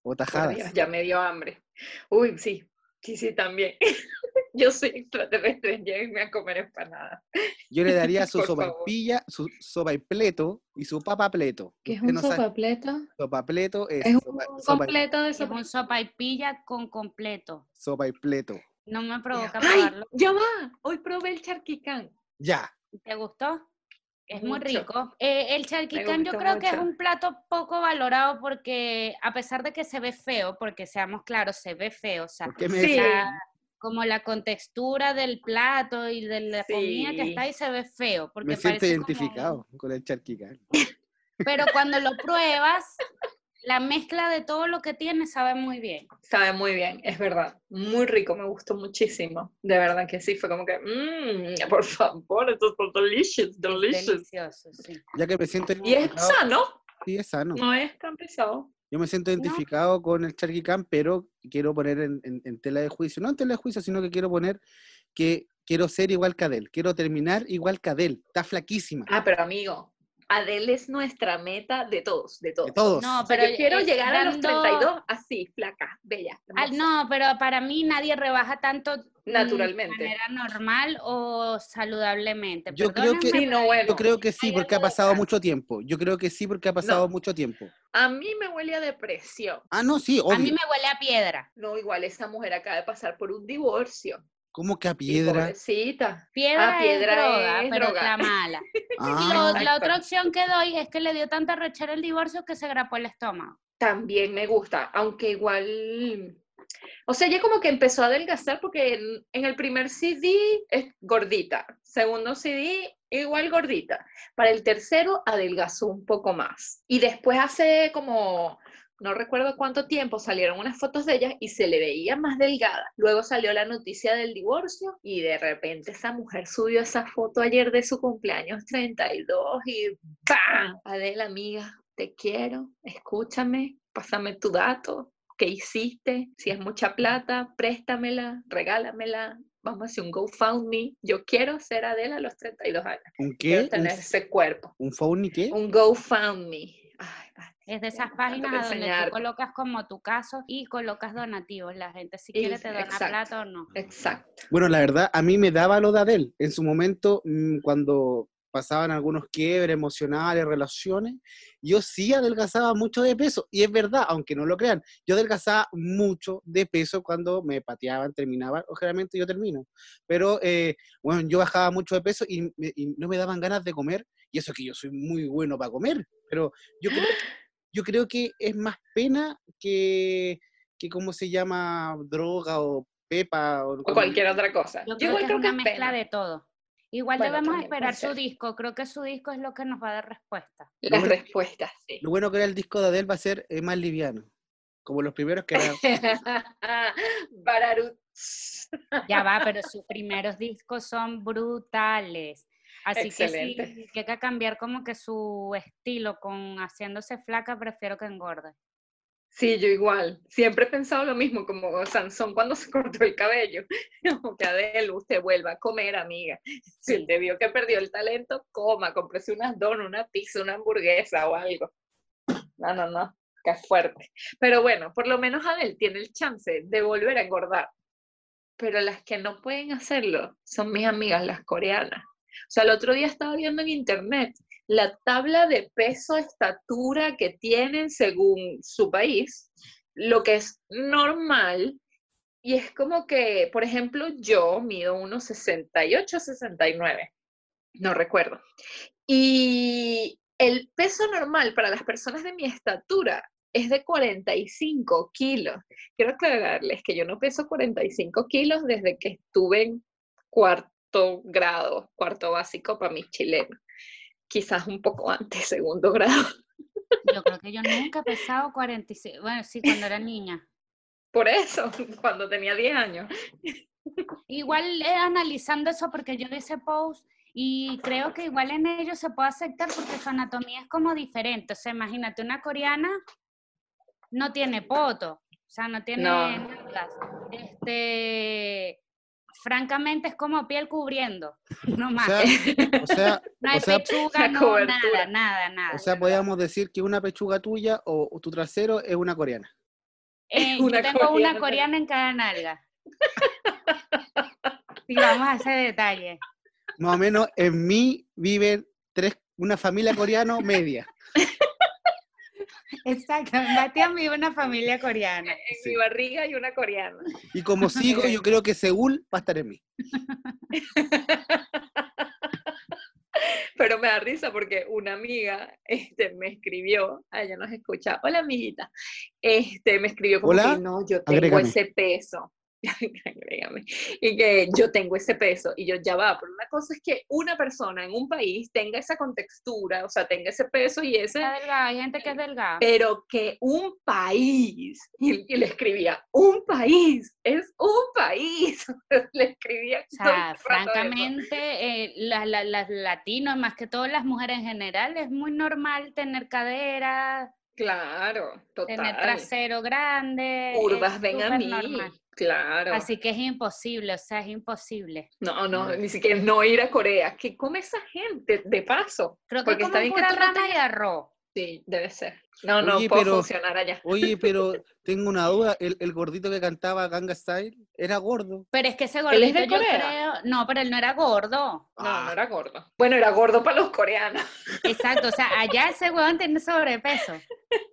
Speaker 3: Por Dios,
Speaker 1: tajadas.
Speaker 3: ya me dio hambre. Uy, sí. Sí, sí, también. (laughs) Yo soy extraterrestre, llévenme a comer empanadas.
Speaker 1: Yo le
Speaker 3: (laughs)
Speaker 1: daría su
Speaker 3: Por favor.
Speaker 1: sopaipilla, su sopaipleto y su papapleto.
Speaker 3: ¿Qué es
Speaker 1: Usted
Speaker 3: un
Speaker 1: no sabe-
Speaker 3: sopapleto?
Speaker 1: Sopapleto es,
Speaker 3: Es un
Speaker 1: sopa- sopa-
Speaker 3: completo de
Speaker 2: Es un
Speaker 3: sopa.
Speaker 2: sopa y pilla con completo.
Speaker 1: sopaipleto.
Speaker 2: No me provoca
Speaker 3: ¡Ay!
Speaker 2: probarlo.
Speaker 3: ¡Ya va! Hoy probé el charquicán.
Speaker 1: Ya.
Speaker 2: ¿Te gustó? Es muy
Speaker 3: Mucho.
Speaker 2: rico. Eh, el charquicán yo
Speaker 3: gustó
Speaker 2: creo que es
Speaker 3: mucho.
Speaker 2: un plato poco valorado porque a pesar de que se ve feo, porque seamos claros, se ve feo, o sea,
Speaker 1: ¿Por qué me
Speaker 3: Sí.
Speaker 1: decís?
Speaker 2: la- como la contextura del plato y de la comida que está
Speaker 3: Sí.
Speaker 2: ahí se ve feo. Porque
Speaker 1: Me siento
Speaker 2: parece como un-
Speaker 1: identificado con el charquicán.
Speaker 2: pero cuando lo pruebas, la mezcla de todo lo que tiene sabe muy bien.
Speaker 3: Sabe muy bien, es verdad. Muy rico, me gustó muchísimo. De verdad que sí, fue como que, mmm, por favor, esto es delicious, delicious.
Speaker 2: Delicioso, sí.
Speaker 1: Ya que me siento
Speaker 3: Y es
Speaker 1: identificado,
Speaker 3: sano,
Speaker 1: sí, es sano.
Speaker 3: no es tan pesado.
Speaker 1: Yo me siento identificado con el charquicán, pero quiero poner en, en- en tela de juicio, no en tela de juicio, sino que quiero poner que quiero ser igual que Adel, quiero terminar igual que Adel. Está flaquísima.
Speaker 3: Ah, pero amigo, Adele es nuestra meta de todos, de todos.
Speaker 1: De todos.
Speaker 2: No,
Speaker 3: O sea,
Speaker 2: pero
Speaker 3: yo quiero
Speaker 2: es
Speaker 3: llegar a los
Speaker 2: dando-
Speaker 3: 32 así, flaca, bella.
Speaker 2: Al-
Speaker 3: hermosa.
Speaker 2: Ah, no, pero para mí nadie rebaja tanto mm,
Speaker 3: Naturalmente.
Speaker 2: de manera normal o saludablemente.
Speaker 1: Yo creo que-
Speaker 3: Sí,
Speaker 2: Perdónenme,
Speaker 3: no, bueno.
Speaker 1: Yo creo que sí,
Speaker 2: hay
Speaker 1: porque ha
Speaker 2: algo de
Speaker 1: pasado
Speaker 2: más.
Speaker 1: mucho tiempo. Yo creo que sí, porque ha pasado mucho tiempo.
Speaker 3: A mí me huele a depresión.
Speaker 1: Ah, no, sí,
Speaker 2: a mí
Speaker 1: obvio.
Speaker 2: me huele a piedra.
Speaker 3: No, igual esa mujer acaba de pasar por un divorcio.
Speaker 1: ¿Cómo que a
Speaker 3: Y
Speaker 1: piedra?
Speaker 2: (laughs)
Speaker 3: Pobrecita.
Speaker 2: Piedra,
Speaker 3: Ah, piedra
Speaker 2: es droga,
Speaker 3: es
Speaker 2: pero
Speaker 3: droga.
Speaker 2: está
Speaker 1: (laughs)
Speaker 2: mala. Y
Speaker 1: Ah,
Speaker 2: lo-
Speaker 3: Exacto.
Speaker 2: la otra opción que doy es que le dio tanta rechera el divorcio que se grapó el estómago.
Speaker 3: También me gusta, aunque igual. O sea, ella como que empezó a adelgazar porque en, en el primer CD es gordita, segundo CD igual gordita, para el tercero adelgazó un poco más. Y después hace como, no recuerdo cuánto tiempo, salieron unas fotos de ella y se le veía más delgada. Luego salió la noticia del divorcio y de repente esa mujer subió esa foto ayer de su cumpleaños 32 y ¡Pam! Adela, amiga, te quiero, escúchame, pásame tu dato, qué hiciste, si es mucha plata, préstamela, regálamela, vamos a hacer un GoFundMe. Yo quiero ser Adela a los 32 años,
Speaker 1: ¿un
Speaker 3: quiero
Speaker 1: qué?
Speaker 3: tener ese cuerpo.
Speaker 1: ¿Un, un fauni qué? Ah.
Speaker 3: Un GoFundMe. Ay, ay,
Speaker 2: Es de esas
Speaker 3: Tengo tanto que
Speaker 2: páginas a donde tú
Speaker 3: enseñarte.
Speaker 2: colocas como tu caso y colocas donativos. La gente si
Speaker 3: Y-
Speaker 2: quiere te dona
Speaker 3: exacto.
Speaker 2: plata o no.
Speaker 3: Exacto.
Speaker 1: Bueno, la verdad, a mí me daba lo de Adele. En su momento, mm, cuando pasaban algunos quiebres emocionales, relaciones, yo sí adelgazaba mucho de peso. Y es verdad, aunque no lo crean, yo adelgazaba mucho de peso cuando me pateaban, terminaban, o generalmente yo termino. Pero eh, bueno, yo bajaba mucho de peso y, me- y no me daban ganas de comer. Y eso que yo soy muy bueno para comer, pero yo creo, yo creo que es más pena que, que ¿cómo se llama? Droga o pepa. O,
Speaker 3: o cualquier otra cosa.
Speaker 2: Yo
Speaker 3: Yo,
Speaker 2: creo
Speaker 3: igual
Speaker 2: que
Speaker 3: creo
Speaker 2: es
Speaker 3: que
Speaker 2: una
Speaker 3: es
Speaker 2: mezcla
Speaker 3: pena.
Speaker 2: de todo. Igual
Speaker 3: Bueno,
Speaker 2: debemos
Speaker 3: también puede
Speaker 2: esperar su
Speaker 3: ser.
Speaker 2: disco. Creo que su disco es lo que nos va a dar respuesta.
Speaker 3: Las
Speaker 1: Bueno.
Speaker 3: respuestas, sí. (laughs)
Speaker 1: Lo bueno que era el disco de Adele va a ser eh, más liviano, como los primeros que
Speaker 3: (laughs)
Speaker 1: eran.
Speaker 3: Bararut.
Speaker 2: Ya va, pero sus primeros discos son brutales. Así que si
Speaker 3: Excelente.
Speaker 2: llega a cambiar como que su estilo con haciéndose flaca, prefiero que engorde.
Speaker 3: Sí, yo igual. Siempre he pensado lo mismo, como Sansón cuando se (laughs) cortó el cabello. Como que Adel, usted vuelva a comer, amiga. (laughs) Si
Speaker 2: Sí.
Speaker 3: usted vio que perdió el talento, coma, cómprese unas donas, una pizza, una hamburguesa o algo. No, no, no. Qué fuerte. Pero bueno, por lo menos Adel tiene el chance de volver a engordar. Pero las que no pueden hacerlo son mis amigas, las coreanas. O sea, el otro día estaba viendo en internet la tabla de peso, estatura que tienen según su país, lo que es normal. Y es como que, por ejemplo, yo mido unos 68, 69, no recuerdo. Y el peso normal para las personas de mi estatura es de 45 kilos. Quiero aclararles que yo no peso 45 kilos desde que estuve en cuarto grado, cuarto básico para mis chilenos. Quizás un poco antes, (laughs) segundo grado.
Speaker 2: Yo creo que yo nunca he pesado 46. Bueno, sí, cuando era niña.
Speaker 3: Por eso, cuando tenía 10 años.
Speaker 2: Igual eh, analizando eso, porque yo vi ese post y creo que igual en ellos se puede aceptar porque su anatomía es como diferente. O sea, imagínate, una coreana no tiene poto, o sea, no tiene
Speaker 3: No.
Speaker 2: nalgas. Este, francamente, es como piel cubriendo, (laughs) no
Speaker 1: O
Speaker 2: más.
Speaker 1: sea, o
Speaker 3: (laughs)
Speaker 1: sea,
Speaker 2: (laughs) no hay
Speaker 1: o sea-
Speaker 2: pechuga,
Speaker 3: La
Speaker 2: no, nada,
Speaker 3: cobertura.
Speaker 2: nada, nada.
Speaker 1: o sea, podríamos decir que una pechuga tuya o, o tu trasero es una coreana.
Speaker 2: Eh,
Speaker 3: (laughs)
Speaker 2: yo
Speaker 3: Una
Speaker 2: tengo una
Speaker 3: coreana.
Speaker 2: coreana en cada nalga. (laughs) Y vamos a ese detalle.
Speaker 1: Más o menos en mí viven tres, una familia coreano media.
Speaker 2: Exacto, en Batia vive una familia coreana.
Speaker 3: En
Speaker 1: Sí.
Speaker 3: mi barriga hay una coreana.
Speaker 1: Y como sigo, yo creo que Seúl va a estar en mí.
Speaker 3: Pero me da risa porque una amiga este, me escribió, ah, ella nos escucha, hola amiguita, este, me escribió como
Speaker 1: Hola,
Speaker 3: que no, yo tengo
Speaker 1: agrégame.
Speaker 3: ese peso. (laughs) Agrégame. Y que yo tengo ese peso y yo ya va, pero una cosa es que una persona en un país tenga esa contextura, o sea, tenga ese peso y ese,
Speaker 2: Está delgada, hay gente que es delgada.
Speaker 3: pero que un país, y, y le escribía, un país, es un país, (laughs) le escribía.
Speaker 2: O
Speaker 3: todo el
Speaker 2: sea,
Speaker 3: rato eso.
Speaker 2: francamente, eh, la- la- las latinos, más que todas las mujeres en general, es muy normal tener cadera,
Speaker 3: Claro, total.
Speaker 2: tener trasero grande. es
Speaker 3: curvas ven a
Speaker 2: súper
Speaker 3: mí.
Speaker 2: normal.
Speaker 3: Claro.
Speaker 2: Así que es imposible, o sea, es imposible.
Speaker 3: no, no,
Speaker 1: No.
Speaker 3: ni siquiera no ir a Corea. ¿Qué come esa gente de paso?
Speaker 2: Creo que
Speaker 3: Porque
Speaker 2: como
Speaker 3: está bien que
Speaker 2: pura
Speaker 3: tú no
Speaker 2: rama y
Speaker 3: tengas-
Speaker 2: arroz.
Speaker 3: Sí, debe ser. No, no,
Speaker 1: Oye,
Speaker 3: puedo
Speaker 1: pero-
Speaker 3: funcionar allá.
Speaker 1: Oye, pero tengo una duda, el, el gordito que cantaba Ganga Style era gordo.
Speaker 2: Pero es que ese
Speaker 3: Él es
Speaker 2: gordito
Speaker 3: de
Speaker 2: yo creo,
Speaker 3: Corea.
Speaker 2: no, pero él no era gordo.
Speaker 3: No,
Speaker 1: Ah.
Speaker 3: no era gordo. Bueno, era gordo para los coreanos.
Speaker 2: Exacto, o sea, allá ese huevón tiene sobrepeso. (laughs)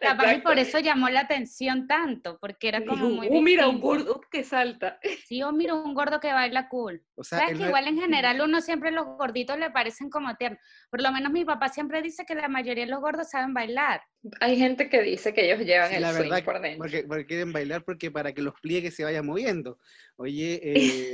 Speaker 2: Capaz y
Speaker 3: Exacto.
Speaker 2: por eso llamó la atención tanto, porque era como muy
Speaker 3: Uh, mira, un
Speaker 2: distinto.
Speaker 3: gordo que salta.
Speaker 2: Sí, o mira un gordo que baila cool.
Speaker 1: O sea,
Speaker 2: Sabes
Speaker 1: él
Speaker 2: que
Speaker 1: no-
Speaker 2: igual en general uno siempre los gorditos le parecen como tiernos. Por lo menos mi papá siempre dice que la mayoría de los gordos saben bailar.
Speaker 3: Hay gente que dice que ellos llevan
Speaker 1: Sí,
Speaker 3: el
Speaker 1: la
Speaker 3: swing
Speaker 1: verdad,
Speaker 3: por dentro.
Speaker 1: porque, porque quieren bailar porque para que los pliegues se vayan moviendo.
Speaker 3: (laughs)
Speaker 1: Oye,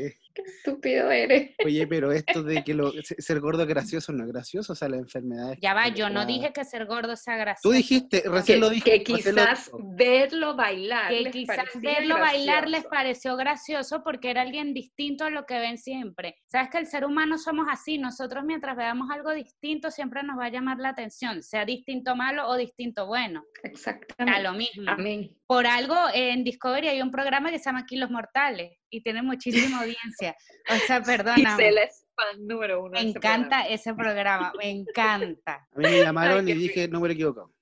Speaker 1: eh,
Speaker 3: Estúpido eres. (laughs)
Speaker 1: Oye, pero esto de que lo- se- ser gordo es gracioso no es gracioso, o sea, la enfermedad es
Speaker 2: Ya va, yo no
Speaker 1: complicada.
Speaker 2: dije que ser gordo sea gracioso.
Speaker 1: Tú dijiste, recién
Speaker 3: Que,
Speaker 1: lo dije.
Speaker 3: que
Speaker 1: recién lo
Speaker 3: quizás
Speaker 1: dijo.
Speaker 3: verlo bailar.
Speaker 2: que
Speaker 3: les
Speaker 2: quizás
Speaker 3: parecía
Speaker 2: verlo bailar les
Speaker 3: gracioso.
Speaker 2: pareció gracioso porque era alguien distinto a lo que ven siempre. Sabes que el ser humano somos así, nosotros mientras veamos algo distinto siempre nos va a llamar la atención, sea distinto malo o distinto bueno, da
Speaker 3: Exactamente.
Speaker 2: lo mismo.
Speaker 3: Amén.
Speaker 2: Por algo eh, en Discovery hay un programa que se llama Aquí los Mortales y tiene muchísima audiencia. O
Speaker 1: (laughs)
Speaker 2: sea, perdona,
Speaker 3: Gisela es fan número uno.
Speaker 2: me
Speaker 3: de ese programa.
Speaker 2: encanta ese programa, me encanta.
Speaker 1: A mí me llamaron
Speaker 3: (laughs) Ay,
Speaker 1: y
Speaker 3: qué
Speaker 1: dije, número equivocado.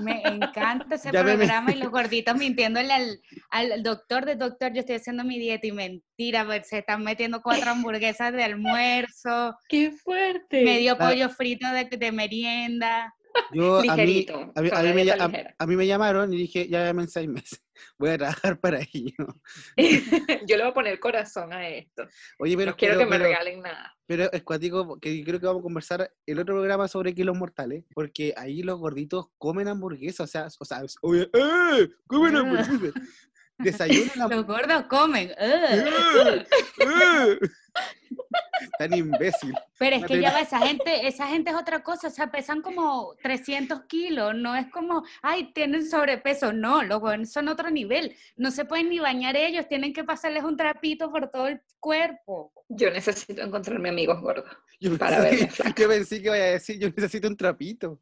Speaker 2: Me encanta ese
Speaker 1: Ya me-
Speaker 2: programa y los gorditos mintiéndole al, al doctor de doctor, yo estoy haciendo mi dieta y mentira, pues, se están metiendo cuatro hamburguesas de almuerzo,
Speaker 3: ¡Qué fuerte!
Speaker 2: medio
Speaker 1: Ah.
Speaker 2: pollo frito de, de merienda.
Speaker 1: Yo, a mí,
Speaker 3: Ligerito.
Speaker 1: a mí-
Speaker 3: fue
Speaker 1: a mí
Speaker 3: una
Speaker 1: me,
Speaker 3: dieta
Speaker 1: lla- a-
Speaker 3: ligera.
Speaker 1: a mí me llamaron y dije, ya llame en seis meses, (laughs) voy a trabajar para ello.
Speaker 3: (laughs) Yo le voy a poner corazón a esto.
Speaker 1: Oye, pero,
Speaker 3: no quiero
Speaker 1: pero-
Speaker 3: que me
Speaker 1: pero-
Speaker 3: regalen nada.
Speaker 1: Pero es cuático, porque yo creo que vamos a conversar el otro programa sobre kilos mortales, porque ahí los gorditos comen hamburguesas, o sea, o sea, es- oye, ¡eh! ¡Comen
Speaker 2: Ah.
Speaker 1: hamburguesas!
Speaker 3: (laughs)
Speaker 1: Desayunan
Speaker 2: Los
Speaker 1: hamburguesas.
Speaker 2: gordos comen. ¡ugh!
Speaker 1: (laughs) Tan imbécil.
Speaker 2: Pero es
Speaker 1: No
Speaker 2: que
Speaker 1: te-
Speaker 2: ya va, esa gente, esa gente es otra cosa, o sea, pesan como 300 kilos, no es como, ay, tienen sobrepeso, no, los huevones son otro nivel, no se pueden ni bañar ellos, tienen que pasarles un trapito por todo el cuerpo.
Speaker 3: Yo necesito encontrarme amigos gordos.
Speaker 1: Yo
Speaker 3: Para
Speaker 1: pensé,
Speaker 3: verme
Speaker 1: que, yo pensé que vaya a decir, yo necesito un trapito.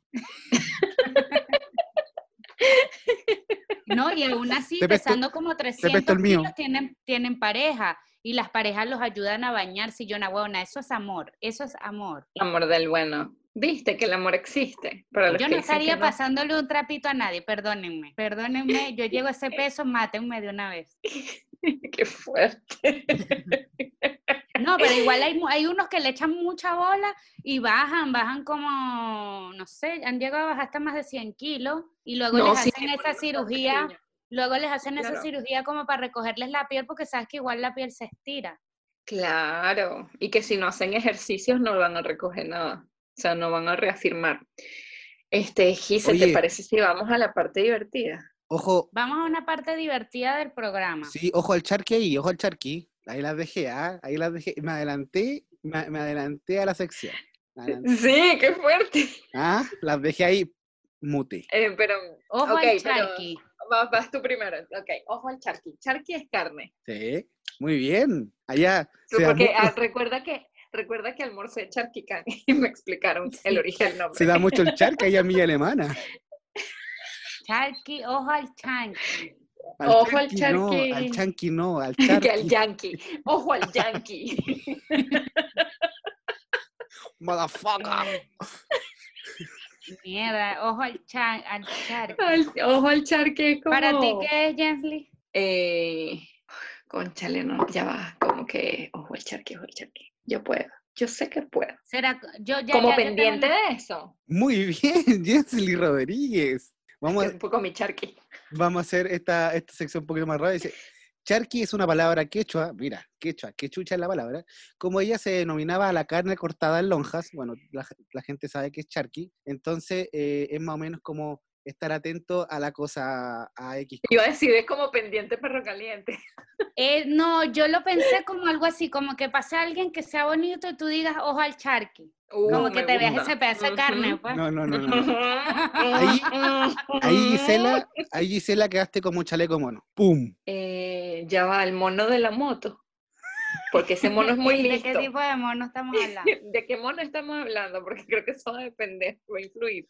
Speaker 2: No, y aún así,
Speaker 1: Te presto-
Speaker 2: pesando como
Speaker 1: presto
Speaker 2: 300
Speaker 1: el mío.
Speaker 2: kilos, tienen, tienen pareja. Y las parejas los ayudan a bañarse. Y yo, huevona, eso es amor. Eso es amor.
Speaker 3: Amor del bueno. Viste que el amor existe. Para los
Speaker 2: Yo
Speaker 3: que
Speaker 2: no
Speaker 3: dicen que
Speaker 2: estaría
Speaker 3: no.
Speaker 2: pasándole un trapito a nadie, perdónenme. Perdónenme, yo llego
Speaker 1: (laughs)
Speaker 2: a ese peso, mátenme de una vez.
Speaker 3: (laughs) Qué fuerte.
Speaker 2: No, pero igual hay, mu- hay unos que le echan mucha bola y bajan, bajan como, no sé, han llegado a bajar hasta más de 100 kilos. Y luego
Speaker 3: No,
Speaker 2: les
Speaker 3: sí,
Speaker 2: hacen
Speaker 3: te
Speaker 2: esa
Speaker 3: ponen bastante
Speaker 2: cirugía,
Speaker 3: pequeño.
Speaker 2: luego les hacen esa
Speaker 3: Claro.
Speaker 2: cirugía como para recogerles la piel, porque sabes que igual la piel se estira.
Speaker 3: Claro, y que si no hacen ejercicios no van a recoger nada, o sea, no van a reafirmar. Este, Gise, ¿te
Speaker 1: Oye.
Speaker 3: parece si vamos a la parte divertida?
Speaker 1: Ojo,
Speaker 2: Vamos a una parte divertida del programa.
Speaker 1: sí, ojo al charqui ahí, ojo al charqui. Ahí las dejé, ¿ah? Ahí las dejé. Me adelanté, me, me adelanté a la sección. Me adelanté.
Speaker 3: Sí, qué fuerte.
Speaker 1: Ah, las dejé ahí mute.
Speaker 3: Eh, pero,
Speaker 2: Ojo
Speaker 3: ok,
Speaker 2: al
Speaker 3: pero
Speaker 2: charqui.
Speaker 3: vas, vas tú primero. Ok, ojo al charqui. Charqui es carne.
Speaker 1: Sí, muy bien. Allá.
Speaker 3: Sí,
Speaker 1: se da
Speaker 3: porque
Speaker 1: mucho-
Speaker 3: ah, recuerda que recuerda que almorcé charqui can (laughs) y me explicaron el origen del nombre.
Speaker 1: Se da mucho el charca y a milla alemana.
Speaker 2: Charqui, ojo al chanqui.
Speaker 3: Ojo al
Speaker 1: chanqui No, al
Speaker 3: charqui.
Speaker 1: chanqui no, al
Speaker 3: (laughs) Que al
Speaker 1: charqui.
Speaker 3: yankee. Ojo al yankee. (laughs)
Speaker 1: Motherfucker.
Speaker 2: Mierda, ojo al, chan, al
Speaker 3: (laughs)
Speaker 2: charqui.
Speaker 3: Al- ojo al charqui es como...
Speaker 2: ¿Para ti qué es, Jensly?
Speaker 3: Eh, conchale, no, ya va, como que, ojo el charqui, ojo el charqui. Yo puedo, yo sé que puedo.
Speaker 2: ¿Será co- yo ya,
Speaker 3: como
Speaker 2: ya- ya tengo
Speaker 3: pendiente
Speaker 2: una-
Speaker 3: de eso,
Speaker 1: Muy bien, (laughs) Jensly Rodríguez. Vamos,
Speaker 3: un poco mi charqui.
Speaker 1: vamos a hacer esta, esta sección un poquito más rara. Dice, charqui es una palabra quechua, mira, quechua, quechucha es la palabra. Como ella se denominaba a la carne cortada en lonjas, bueno, la, ge- la gente sabe que es charqui, entonces eh, es más o menos como estar atento a la cosa, a X.
Speaker 3: Iba a decir, es como pendiente perro caliente.
Speaker 2: Eh, no, yo lo pensé como algo así, como que pase alguien que sea bonito y tú digas ojo al charqui.
Speaker 3: Uh,
Speaker 2: Como que te veas ese pedazo de carne, pues.
Speaker 1: No, no, no, no. no. Ahí- Ahí
Speaker 3: (laughs)
Speaker 1: Gisela, ahí Gisela quedaste como un chaleco mono. ¡Pum!
Speaker 3: Eh, ya va, el mono de la moto. Porque ese mono es (laughs) muy
Speaker 2: ¿De
Speaker 3: listo.
Speaker 2: qué tipo de
Speaker 3: (laughs)
Speaker 2: mono estamos hablando?
Speaker 3: ¿De qué mono estamos hablando? Porque creo que eso va a depender, va a influir.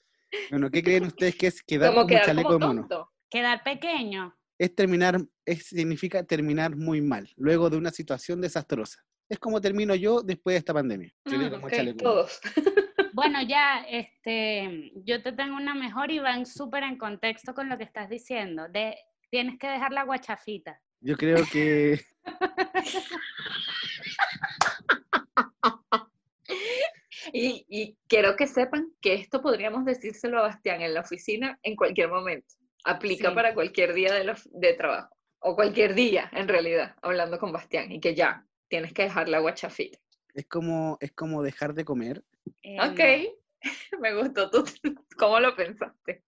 Speaker 1: Bueno, ¿qué creen ustedes que es quedar
Speaker 3: Como
Speaker 1: como un
Speaker 3: quedar como
Speaker 1: chaleco mono?
Speaker 3: tonto.
Speaker 2: Quedar pequeño.
Speaker 1: Es terminar, es, significa terminar muy mal, luego de una situación desastrosa. Es como termino yo después de esta pandemia. Quedé
Speaker 3: Ah,
Speaker 1: como
Speaker 3: ok,
Speaker 1: chaleco mono.
Speaker 3: todos.
Speaker 2: Bueno, ya, este, yo te tengo una mejor y van súper en contexto con lo que estás diciendo. De, tienes que dejar la guachafita.
Speaker 1: Yo creo que (laughs)
Speaker 3: Y, y quiero que sepan que esto podríamos decírselo a Bastián en la oficina en cualquier momento. Aplica
Speaker 2: Sí.
Speaker 3: para cualquier día de, la of- de trabajo. O cualquier día, en realidad, hablando con Bastián. Y que ya, tienes que dejar la guachafita.
Speaker 1: es como, es como dejar de comer.
Speaker 2: Em,
Speaker 3: Ok, (laughs) me gustó tú. (laughs) ¿Cómo lo pensaste?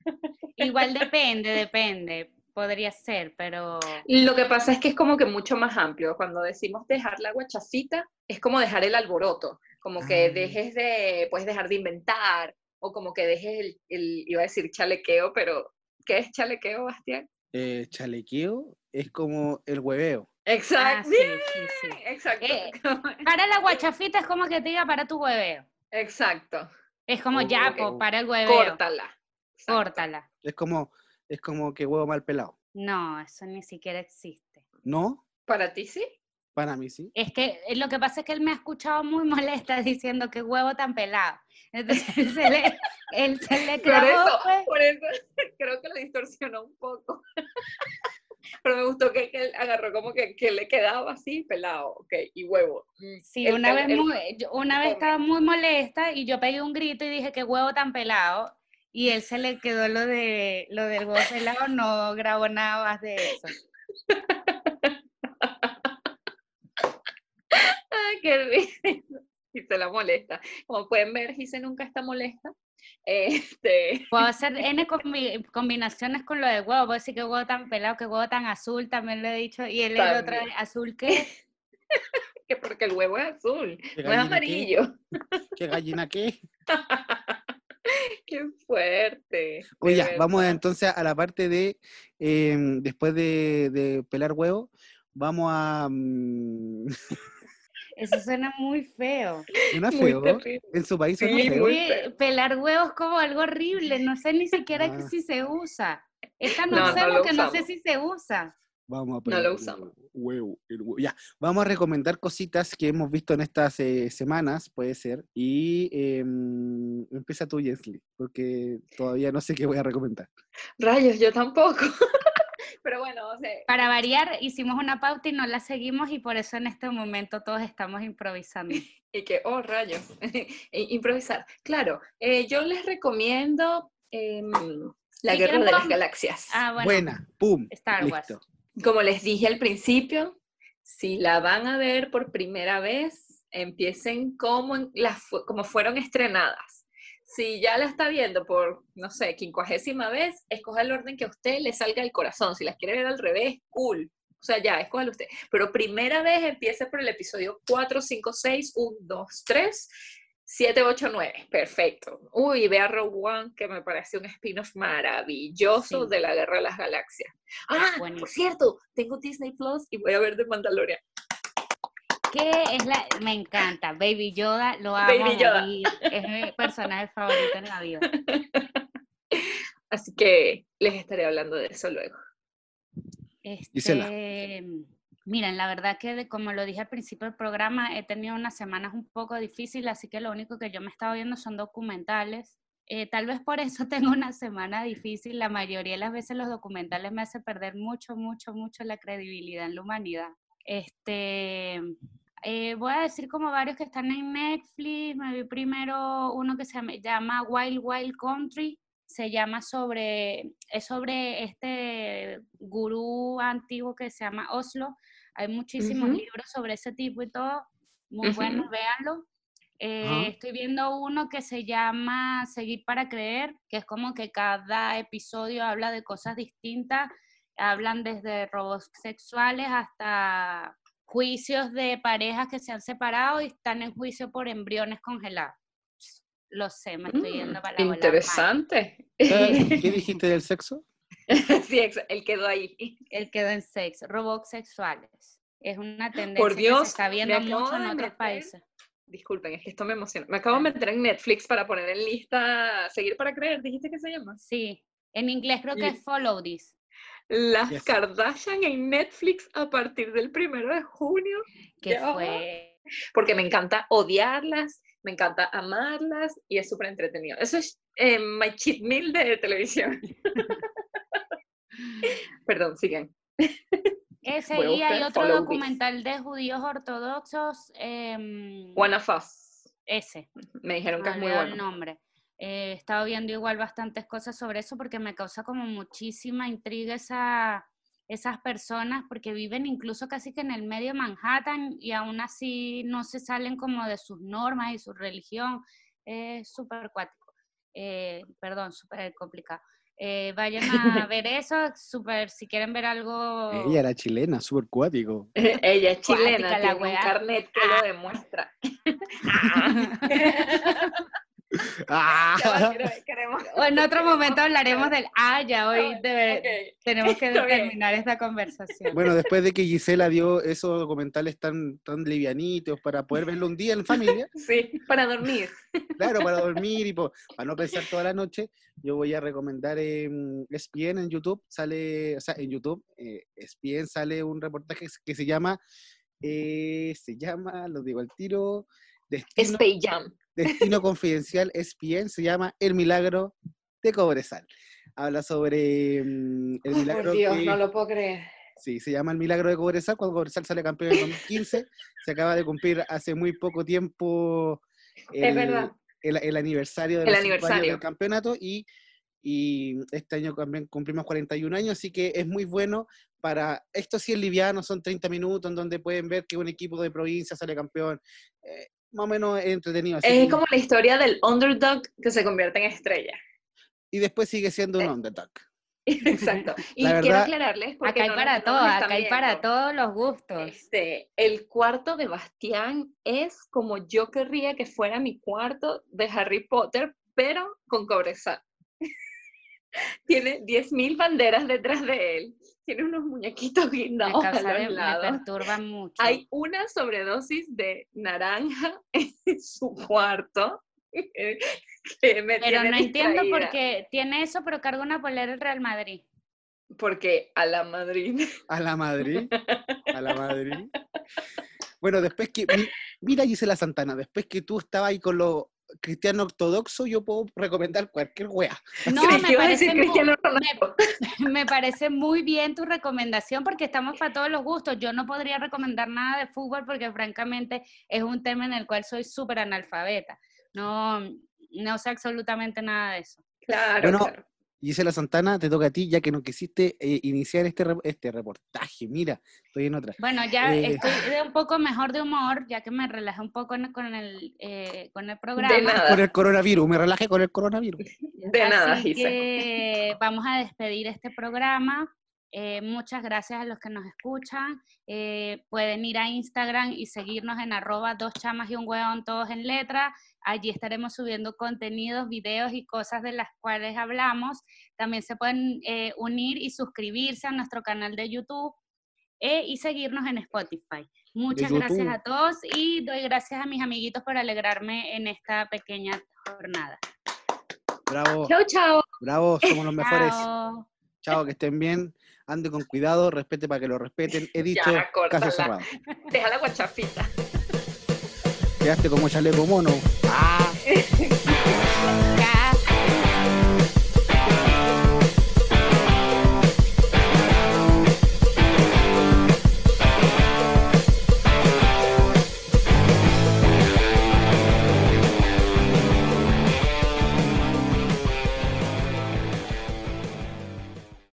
Speaker 3: (laughs)
Speaker 2: Igual depende, depende. Podría ser, pero ah,
Speaker 3: Lo que pasa es que es como que mucho más amplio. Cuando decimos dejar la guachafita, es como dejar el alboroto. Como que
Speaker 1: Ah.
Speaker 3: dejes de, puedes dejar de inventar. O como que dejes el, el- iba a decir chalequeo, pero ¿qué es chalequeo, Bastián?
Speaker 1: Eh, chalequeo es como el hueveo.
Speaker 2: Ah,
Speaker 3: Exacto.
Speaker 2: sí, sí, sí.
Speaker 3: Exacto.
Speaker 2: Eh, Para la guachafita es como que te diga para tu hueveo.
Speaker 3: (laughs) Exacto.
Speaker 2: Es como
Speaker 1: Ok.
Speaker 2: ya, po, para el hueveo.
Speaker 3: Córtala. Exacto.
Speaker 2: Córtala.
Speaker 1: Es como, es como que huevo mal pelado.
Speaker 2: No, eso ni siquiera existe.
Speaker 1: ¿No?
Speaker 3: Para ti sí.
Speaker 1: Para mí sí.
Speaker 2: Es que eh, lo que pasa es que él me ha escuchado muy (laughs) molesta diciendo que huevo tan pelado. (laughs) Entonces él se le, él se le
Speaker 3: Por
Speaker 2: clavó,
Speaker 3: eso,
Speaker 2: pues.
Speaker 3: por eso (laughs) creo que lo distorsionó un poco. (laughs) Pero me gustó que, que él agarró como que, que le quedaba así, pelado, ok, y huevo. Mm,
Speaker 2: Sí,
Speaker 3: el
Speaker 2: una
Speaker 3: cal-
Speaker 2: vez,
Speaker 3: el-
Speaker 2: muy- eh, yo- una vez
Speaker 3: come.
Speaker 2: estaba muy molesta y yo pegué un grito y dije que huevo tan pelado. Y él se le quedó lo de lo del huevo pelado, no grabó nada más de eso.
Speaker 3: Ay, qué risa. (laughs) Y se la molesta. Como pueden ver, Gise nunca está molesta. Este, (laughs)
Speaker 2: Puedo hacer N combi- combinaciones con lo de huevo, puedo decir que huevo tan pelado, que huevo tan azul, también lo he dicho. Y él el otro
Speaker 3: También.
Speaker 2: azul que
Speaker 3: que porque el huevo es azul,
Speaker 1: ¿Qué
Speaker 3: no es
Speaker 1: gallina qué?
Speaker 3: amarillo. (laughs)
Speaker 1: ¿Qué gallina qué?
Speaker 3: Qué fuerte. de
Speaker 1: Oye, vamos
Speaker 3: verdad.
Speaker 1: entonces a la parte de, eh, después de, de pelar huevo, vamos a... mm, (laughs)
Speaker 2: eso suena muy
Speaker 3: (laughs)
Speaker 2: feo.
Speaker 1: suena
Speaker 3: Muy
Speaker 1: feo.
Speaker 3: terrible.
Speaker 1: En su país suena
Speaker 3: Sí,
Speaker 1: feo.
Speaker 3: muy
Speaker 2: Sí,
Speaker 3: feo.
Speaker 2: pelar huevos como algo horrible, no sé ni siquiera
Speaker 1: Ah.
Speaker 2: si se usa. Esta no,
Speaker 1: No, no
Speaker 2: sé
Speaker 3: lo
Speaker 2: porque no sé
Speaker 3: usamos.
Speaker 2: si se usa.
Speaker 1: Vamos a
Speaker 3: lo
Speaker 1: pelar
Speaker 3: usamos.
Speaker 1: Huevo, el huevo. Ya, vamos a recomendar cositas que hemos visto en estas eh, semanas, puede ser. Y em, empieza tú, Jensly, porque todavía no sé qué voy a recomendar.
Speaker 3: Rayos, yo tampoco. (laughs) Pero bueno, o sea,
Speaker 2: Para variar, hicimos una pauta y no la seguimos y por eso en este momento todos estamos improvisando.
Speaker 3: Y que, oh, rayos, (laughs) e- improvisar. Claro, eh, yo les recomiendo em, La
Speaker 2: Si
Speaker 3: Guerra
Speaker 2: quieren
Speaker 3: de las
Speaker 2: con-
Speaker 3: Galaxias.
Speaker 2: Ah, bueno,
Speaker 1: Buena, pum.
Speaker 2: Star Wars.
Speaker 1: listo.
Speaker 3: Como les dije al principio, si la van a ver por primera vez, empiecen como, en- las, fu- como fueron estrenadas. Si ya la está viendo por, no sé, quincuagésima vez, escoja el orden que a usted le salga del corazón. Si las quiere ver al revés, cool. O sea, ya, escójalo usted. Pero primera vez empiece por el episodio 4, 5, 6, 1, 2, 3, 7, 8, 9. Perfecto. Uy, vea Rogue One, que me parece un spin-off maravilloso
Speaker 2: Sí.
Speaker 3: de la Guerra de las Galaxias. Ah,
Speaker 2: buenísimo.
Speaker 3: por cierto, tengo Disney Plus y voy a ver The Mandalorian.
Speaker 2: ¿Qué es la...? Me encanta, Baby Yoda, lo amo.
Speaker 3: Baby
Speaker 2: a
Speaker 3: Yoda.
Speaker 2: morir, Es mi personaje favorito en la vida.
Speaker 3: Así que les estaré hablando de eso luego.
Speaker 1: Gisela.
Speaker 2: Este, miren, la verdad que de- como lo dije al principio del programa, he tenido unas semanas un poco difíciles, así que lo único que yo me he estado viendo son documentales. Eh, tal vez por eso (laughs) tengo una semana difícil. La mayoría de las veces los documentales me hacen perder mucho, mucho, mucho la credibilidad en la humanidad. Este, eh, voy a decir como varios que están en Netflix. Me vi primero uno que se llama- llama Wild Wild Country se llama sobre, es sobre este gurú antiguo que se llama Oslo. Hay muchísimos
Speaker 3: Ujú.
Speaker 2: libros sobre ese tipo y todo. Muy
Speaker 3: Ujú.
Speaker 2: buenos, véanlo. Eh,
Speaker 1: Ajá.
Speaker 2: Estoy viendo uno que se llama Seguir para Creer, que es como que cada episodio habla de cosas distintas. Hablan desde robots sexuales hasta juicios de parejas que se han separado y están en juicio por embriones congelados. Lo sé, me estoy yendo
Speaker 3: Mm,
Speaker 2: para la bola mal.
Speaker 3: interesante. (laughs)
Speaker 1: ¿Qué qué dijiste del
Speaker 2: (laughs)
Speaker 1: sexo?
Speaker 3: sí, ex- él quedó ahí. (laughs)
Speaker 2: Él quedó en sexo, robots sexuales. Es una tendencia que
Speaker 3: Dios,
Speaker 2: se está
Speaker 3: me
Speaker 2: viendo
Speaker 3: acabo
Speaker 2: mucho en
Speaker 3: de
Speaker 2: otros
Speaker 3: meter.
Speaker 2: países.
Speaker 3: Disculpen, es que esto me emociona. Me acabo de meter en Netflix para poner en lista Seguir para Creer. ¿Dijiste que se llama?
Speaker 2: Sí, en inglés creo que
Speaker 3: Y-
Speaker 2: es follow this.
Speaker 3: Las
Speaker 1: Yes.
Speaker 3: Kardashian en Netflix a partir del primero de junio.
Speaker 2: que
Speaker 3: Ya.
Speaker 2: fue
Speaker 3: porque me encanta odiarlas, me encanta amarlas y es súper entretenido. Eso es eh, my cheat meal de televisión. (laughs) Perdón, sigan.
Speaker 2: ese
Speaker 3: Voy a
Speaker 2: y hay
Speaker 3: buscar
Speaker 2: otro
Speaker 3: Follow This.
Speaker 2: documental de judíos ortodoxos. em,
Speaker 3: One of Us.
Speaker 2: ese,
Speaker 3: Me dijeron que
Speaker 2: me
Speaker 3: es muy
Speaker 2: olvidó el
Speaker 3: bueno.
Speaker 2: nombre. Eh, he estado viendo igual bastantes cosas sobre eso porque me causa como muchísima intriga esa, esas personas porque viven incluso casi que en el medio de Manhattan y aún así no se salen como de sus normas y su religión. Es súper cuático. Eh, perdón, súper complicado. Eh, vayan
Speaker 3: (laughs)
Speaker 2: a ver eso, súper, si quieren ver algo...
Speaker 1: Ella era chilena, súper cuático.
Speaker 3: (laughs) Ella es chilena,
Speaker 2: Cuática la Ah.
Speaker 3: tiene un
Speaker 2: weá.
Speaker 3: carnet que lo
Speaker 2: (laughs)
Speaker 3: demuestra. Ya va,
Speaker 1: ¡Ah!
Speaker 3: mira, queremos-
Speaker 2: O en otro momento hablaremos del... Ah, ya hoy
Speaker 3: Ah, (laughs)
Speaker 2: debe-
Speaker 3: ok.
Speaker 2: tenemos
Speaker 3: (laughs)
Speaker 2: que
Speaker 3: está bien.
Speaker 2: terminar esta conversación.
Speaker 1: Bueno, después de que Gisela dio esos documentales tan, tan livianitos para poder verlo un día en familia,
Speaker 3: Sí, para dormir.
Speaker 1: claro, para dormir y po- para no pensar toda la noche, yo voy a recomendar em, E en ESPN E en YouTube, sale, o sea, en YouTube, eh, ESPN sale un reportaje que se llama eh, se llama, lo digo al tiro, Destino,
Speaker 3: Space Jam.
Speaker 1: Destino Confidencial E ESPN, se llama El Milagro de Cobresal. Habla sobre mm, el
Speaker 3: Ay,
Speaker 1: milagro
Speaker 3: por Dios,
Speaker 1: que-
Speaker 3: no lo puedo creer.
Speaker 1: Sí, se llama El Milagro de Cobresal, cuando Cobresal sale campeón en 2015. se acaba de cumplir hace muy poco tiempo el,
Speaker 3: es verdad.
Speaker 1: el- el aniversario, de
Speaker 3: El
Speaker 1: los cinco años
Speaker 3: aniversario.
Speaker 1: del campeonato y, y este año también cumplimos 41 años, así que es muy bueno para, esto sí es liviano, son 30 minutos en donde pueden ver que un equipo de provincia sale campeón, eh, más o menos es entretenido. así
Speaker 3: Es
Speaker 1: que-
Speaker 3: como la historia del underdog que se convierte en estrella. (laughs)
Speaker 1: Y después sigue siendo un
Speaker 3: eh,
Speaker 1: underdog.
Speaker 3: Exacto. Y
Speaker 1: La
Speaker 3: quiero
Speaker 1: verdad-
Speaker 3: aclararles porque
Speaker 2: Acá hay
Speaker 3: no nos-
Speaker 2: para
Speaker 3: no
Speaker 2: todo,
Speaker 3: nos están
Speaker 2: acá hay para
Speaker 3: viendo.
Speaker 2: todos los gustos.
Speaker 3: Este, el cuarto de Bastián es como yo querría que fuera mi cuarto de Harry Potter, pero con cobreza. (laughs) Tiene 10.000 banderas detrás de él. Tiene unos muñequitos
Speaker 2: Me,
Speaker 3: guindados a
Speaker 2: causa,
Speaker 3: los
Speaker 2: me, me
Speaker 3: lados. (laughs)
Speaker 2: perturba mucho.
Speaker 3: Hay una sobredosis de naranja (laughs) en su cuarto. (laughs) que me
Speaker 2: pero
Speaker 3: tiene
Speaker 2: no entiendo
Speaker 3: distraída,
Speaker 2: por qué tiene eso, pero carga una polera del Real Madrid.
Speaker 3: Porque a la Madrid.
Speaker 1: A la
Speaker 3: (laughs)
Speaker 1: Madrid. A la Madrid. Bueno, después que. mi- Mira, Gisela Santana, después que tú estabas ahí con los cristianos ortodoxos, yo puedo recomendar cualquier wea.
Speaker 3: (laughs)
Speaker 2: No,
Speaker 3: Creí que
Speaker 2: me
Speaker 3: iba a decir
Speaker 2: parece, muy,
Speaker 3: Cristiano Ronaldo.
Speaker 2: me parece muy bien tu recomendación porque estamos para todos los gustos. Yo no podría recomendar nada de fútbol porque francamente es un tema en el cual soy súper analfabeta. No, no sé absolutamente nada de eso.
Speaker 3: Claro,
Speaker 1: Bueno,
Speaker 3: claro.
Speaker 1: Gisela Santana, te toca a ti, ya que no quisiste eh, iniciar este, re- este reportaje. Mira, estoy en otra.
Speaker 2: Bueno, ya
Speaker 1: Eh.
Speaker 2: estoy de un poco mejor de humor, ya que me relajé un poco en- con el, eh, con el programa.
Speaker 3: De nada.
Speaker 1: Con el coronavirus, me relajé con el coronavirus.
Speaker 3: De nada,
Speaker 2: Así
Speaker 3: Gise.
Speaker 2: que vamos a despedir este programa. Eh, muchas gracias a los que nos escuchan. Eh, pueden ir a Instagram y seguirnos en arroba dos chamas y un hueón todos en letra. Allí estaremos subiendo contenidos, videos y cosas de las cuales hablamos. También se pueden eh, unir y suscribirse a nuestro canal de YouTube eh, y seguirnos en Spotify. Muchas gracias
Speaker 1: YouTube.
Speaker 2: a todos y doy gracias a mis amiguitos por alegrarme en esta pequeña jornada.
Speaker 1: Bravo,
Speaker 3: Chao, chao.
Speaker 1: bravo, somos los mejores.
Speaker 2: Chao.
Speaker 1: Chao, que estén bien. Ande con cuidado, respete para que lo respeten. He dicho,
Speaker 3: córtala.
Speaker 1: caso cerrado.
Speaker 3: Deja la guachafita.
Speaker 1: Quedaste como chaleco mono. Ah.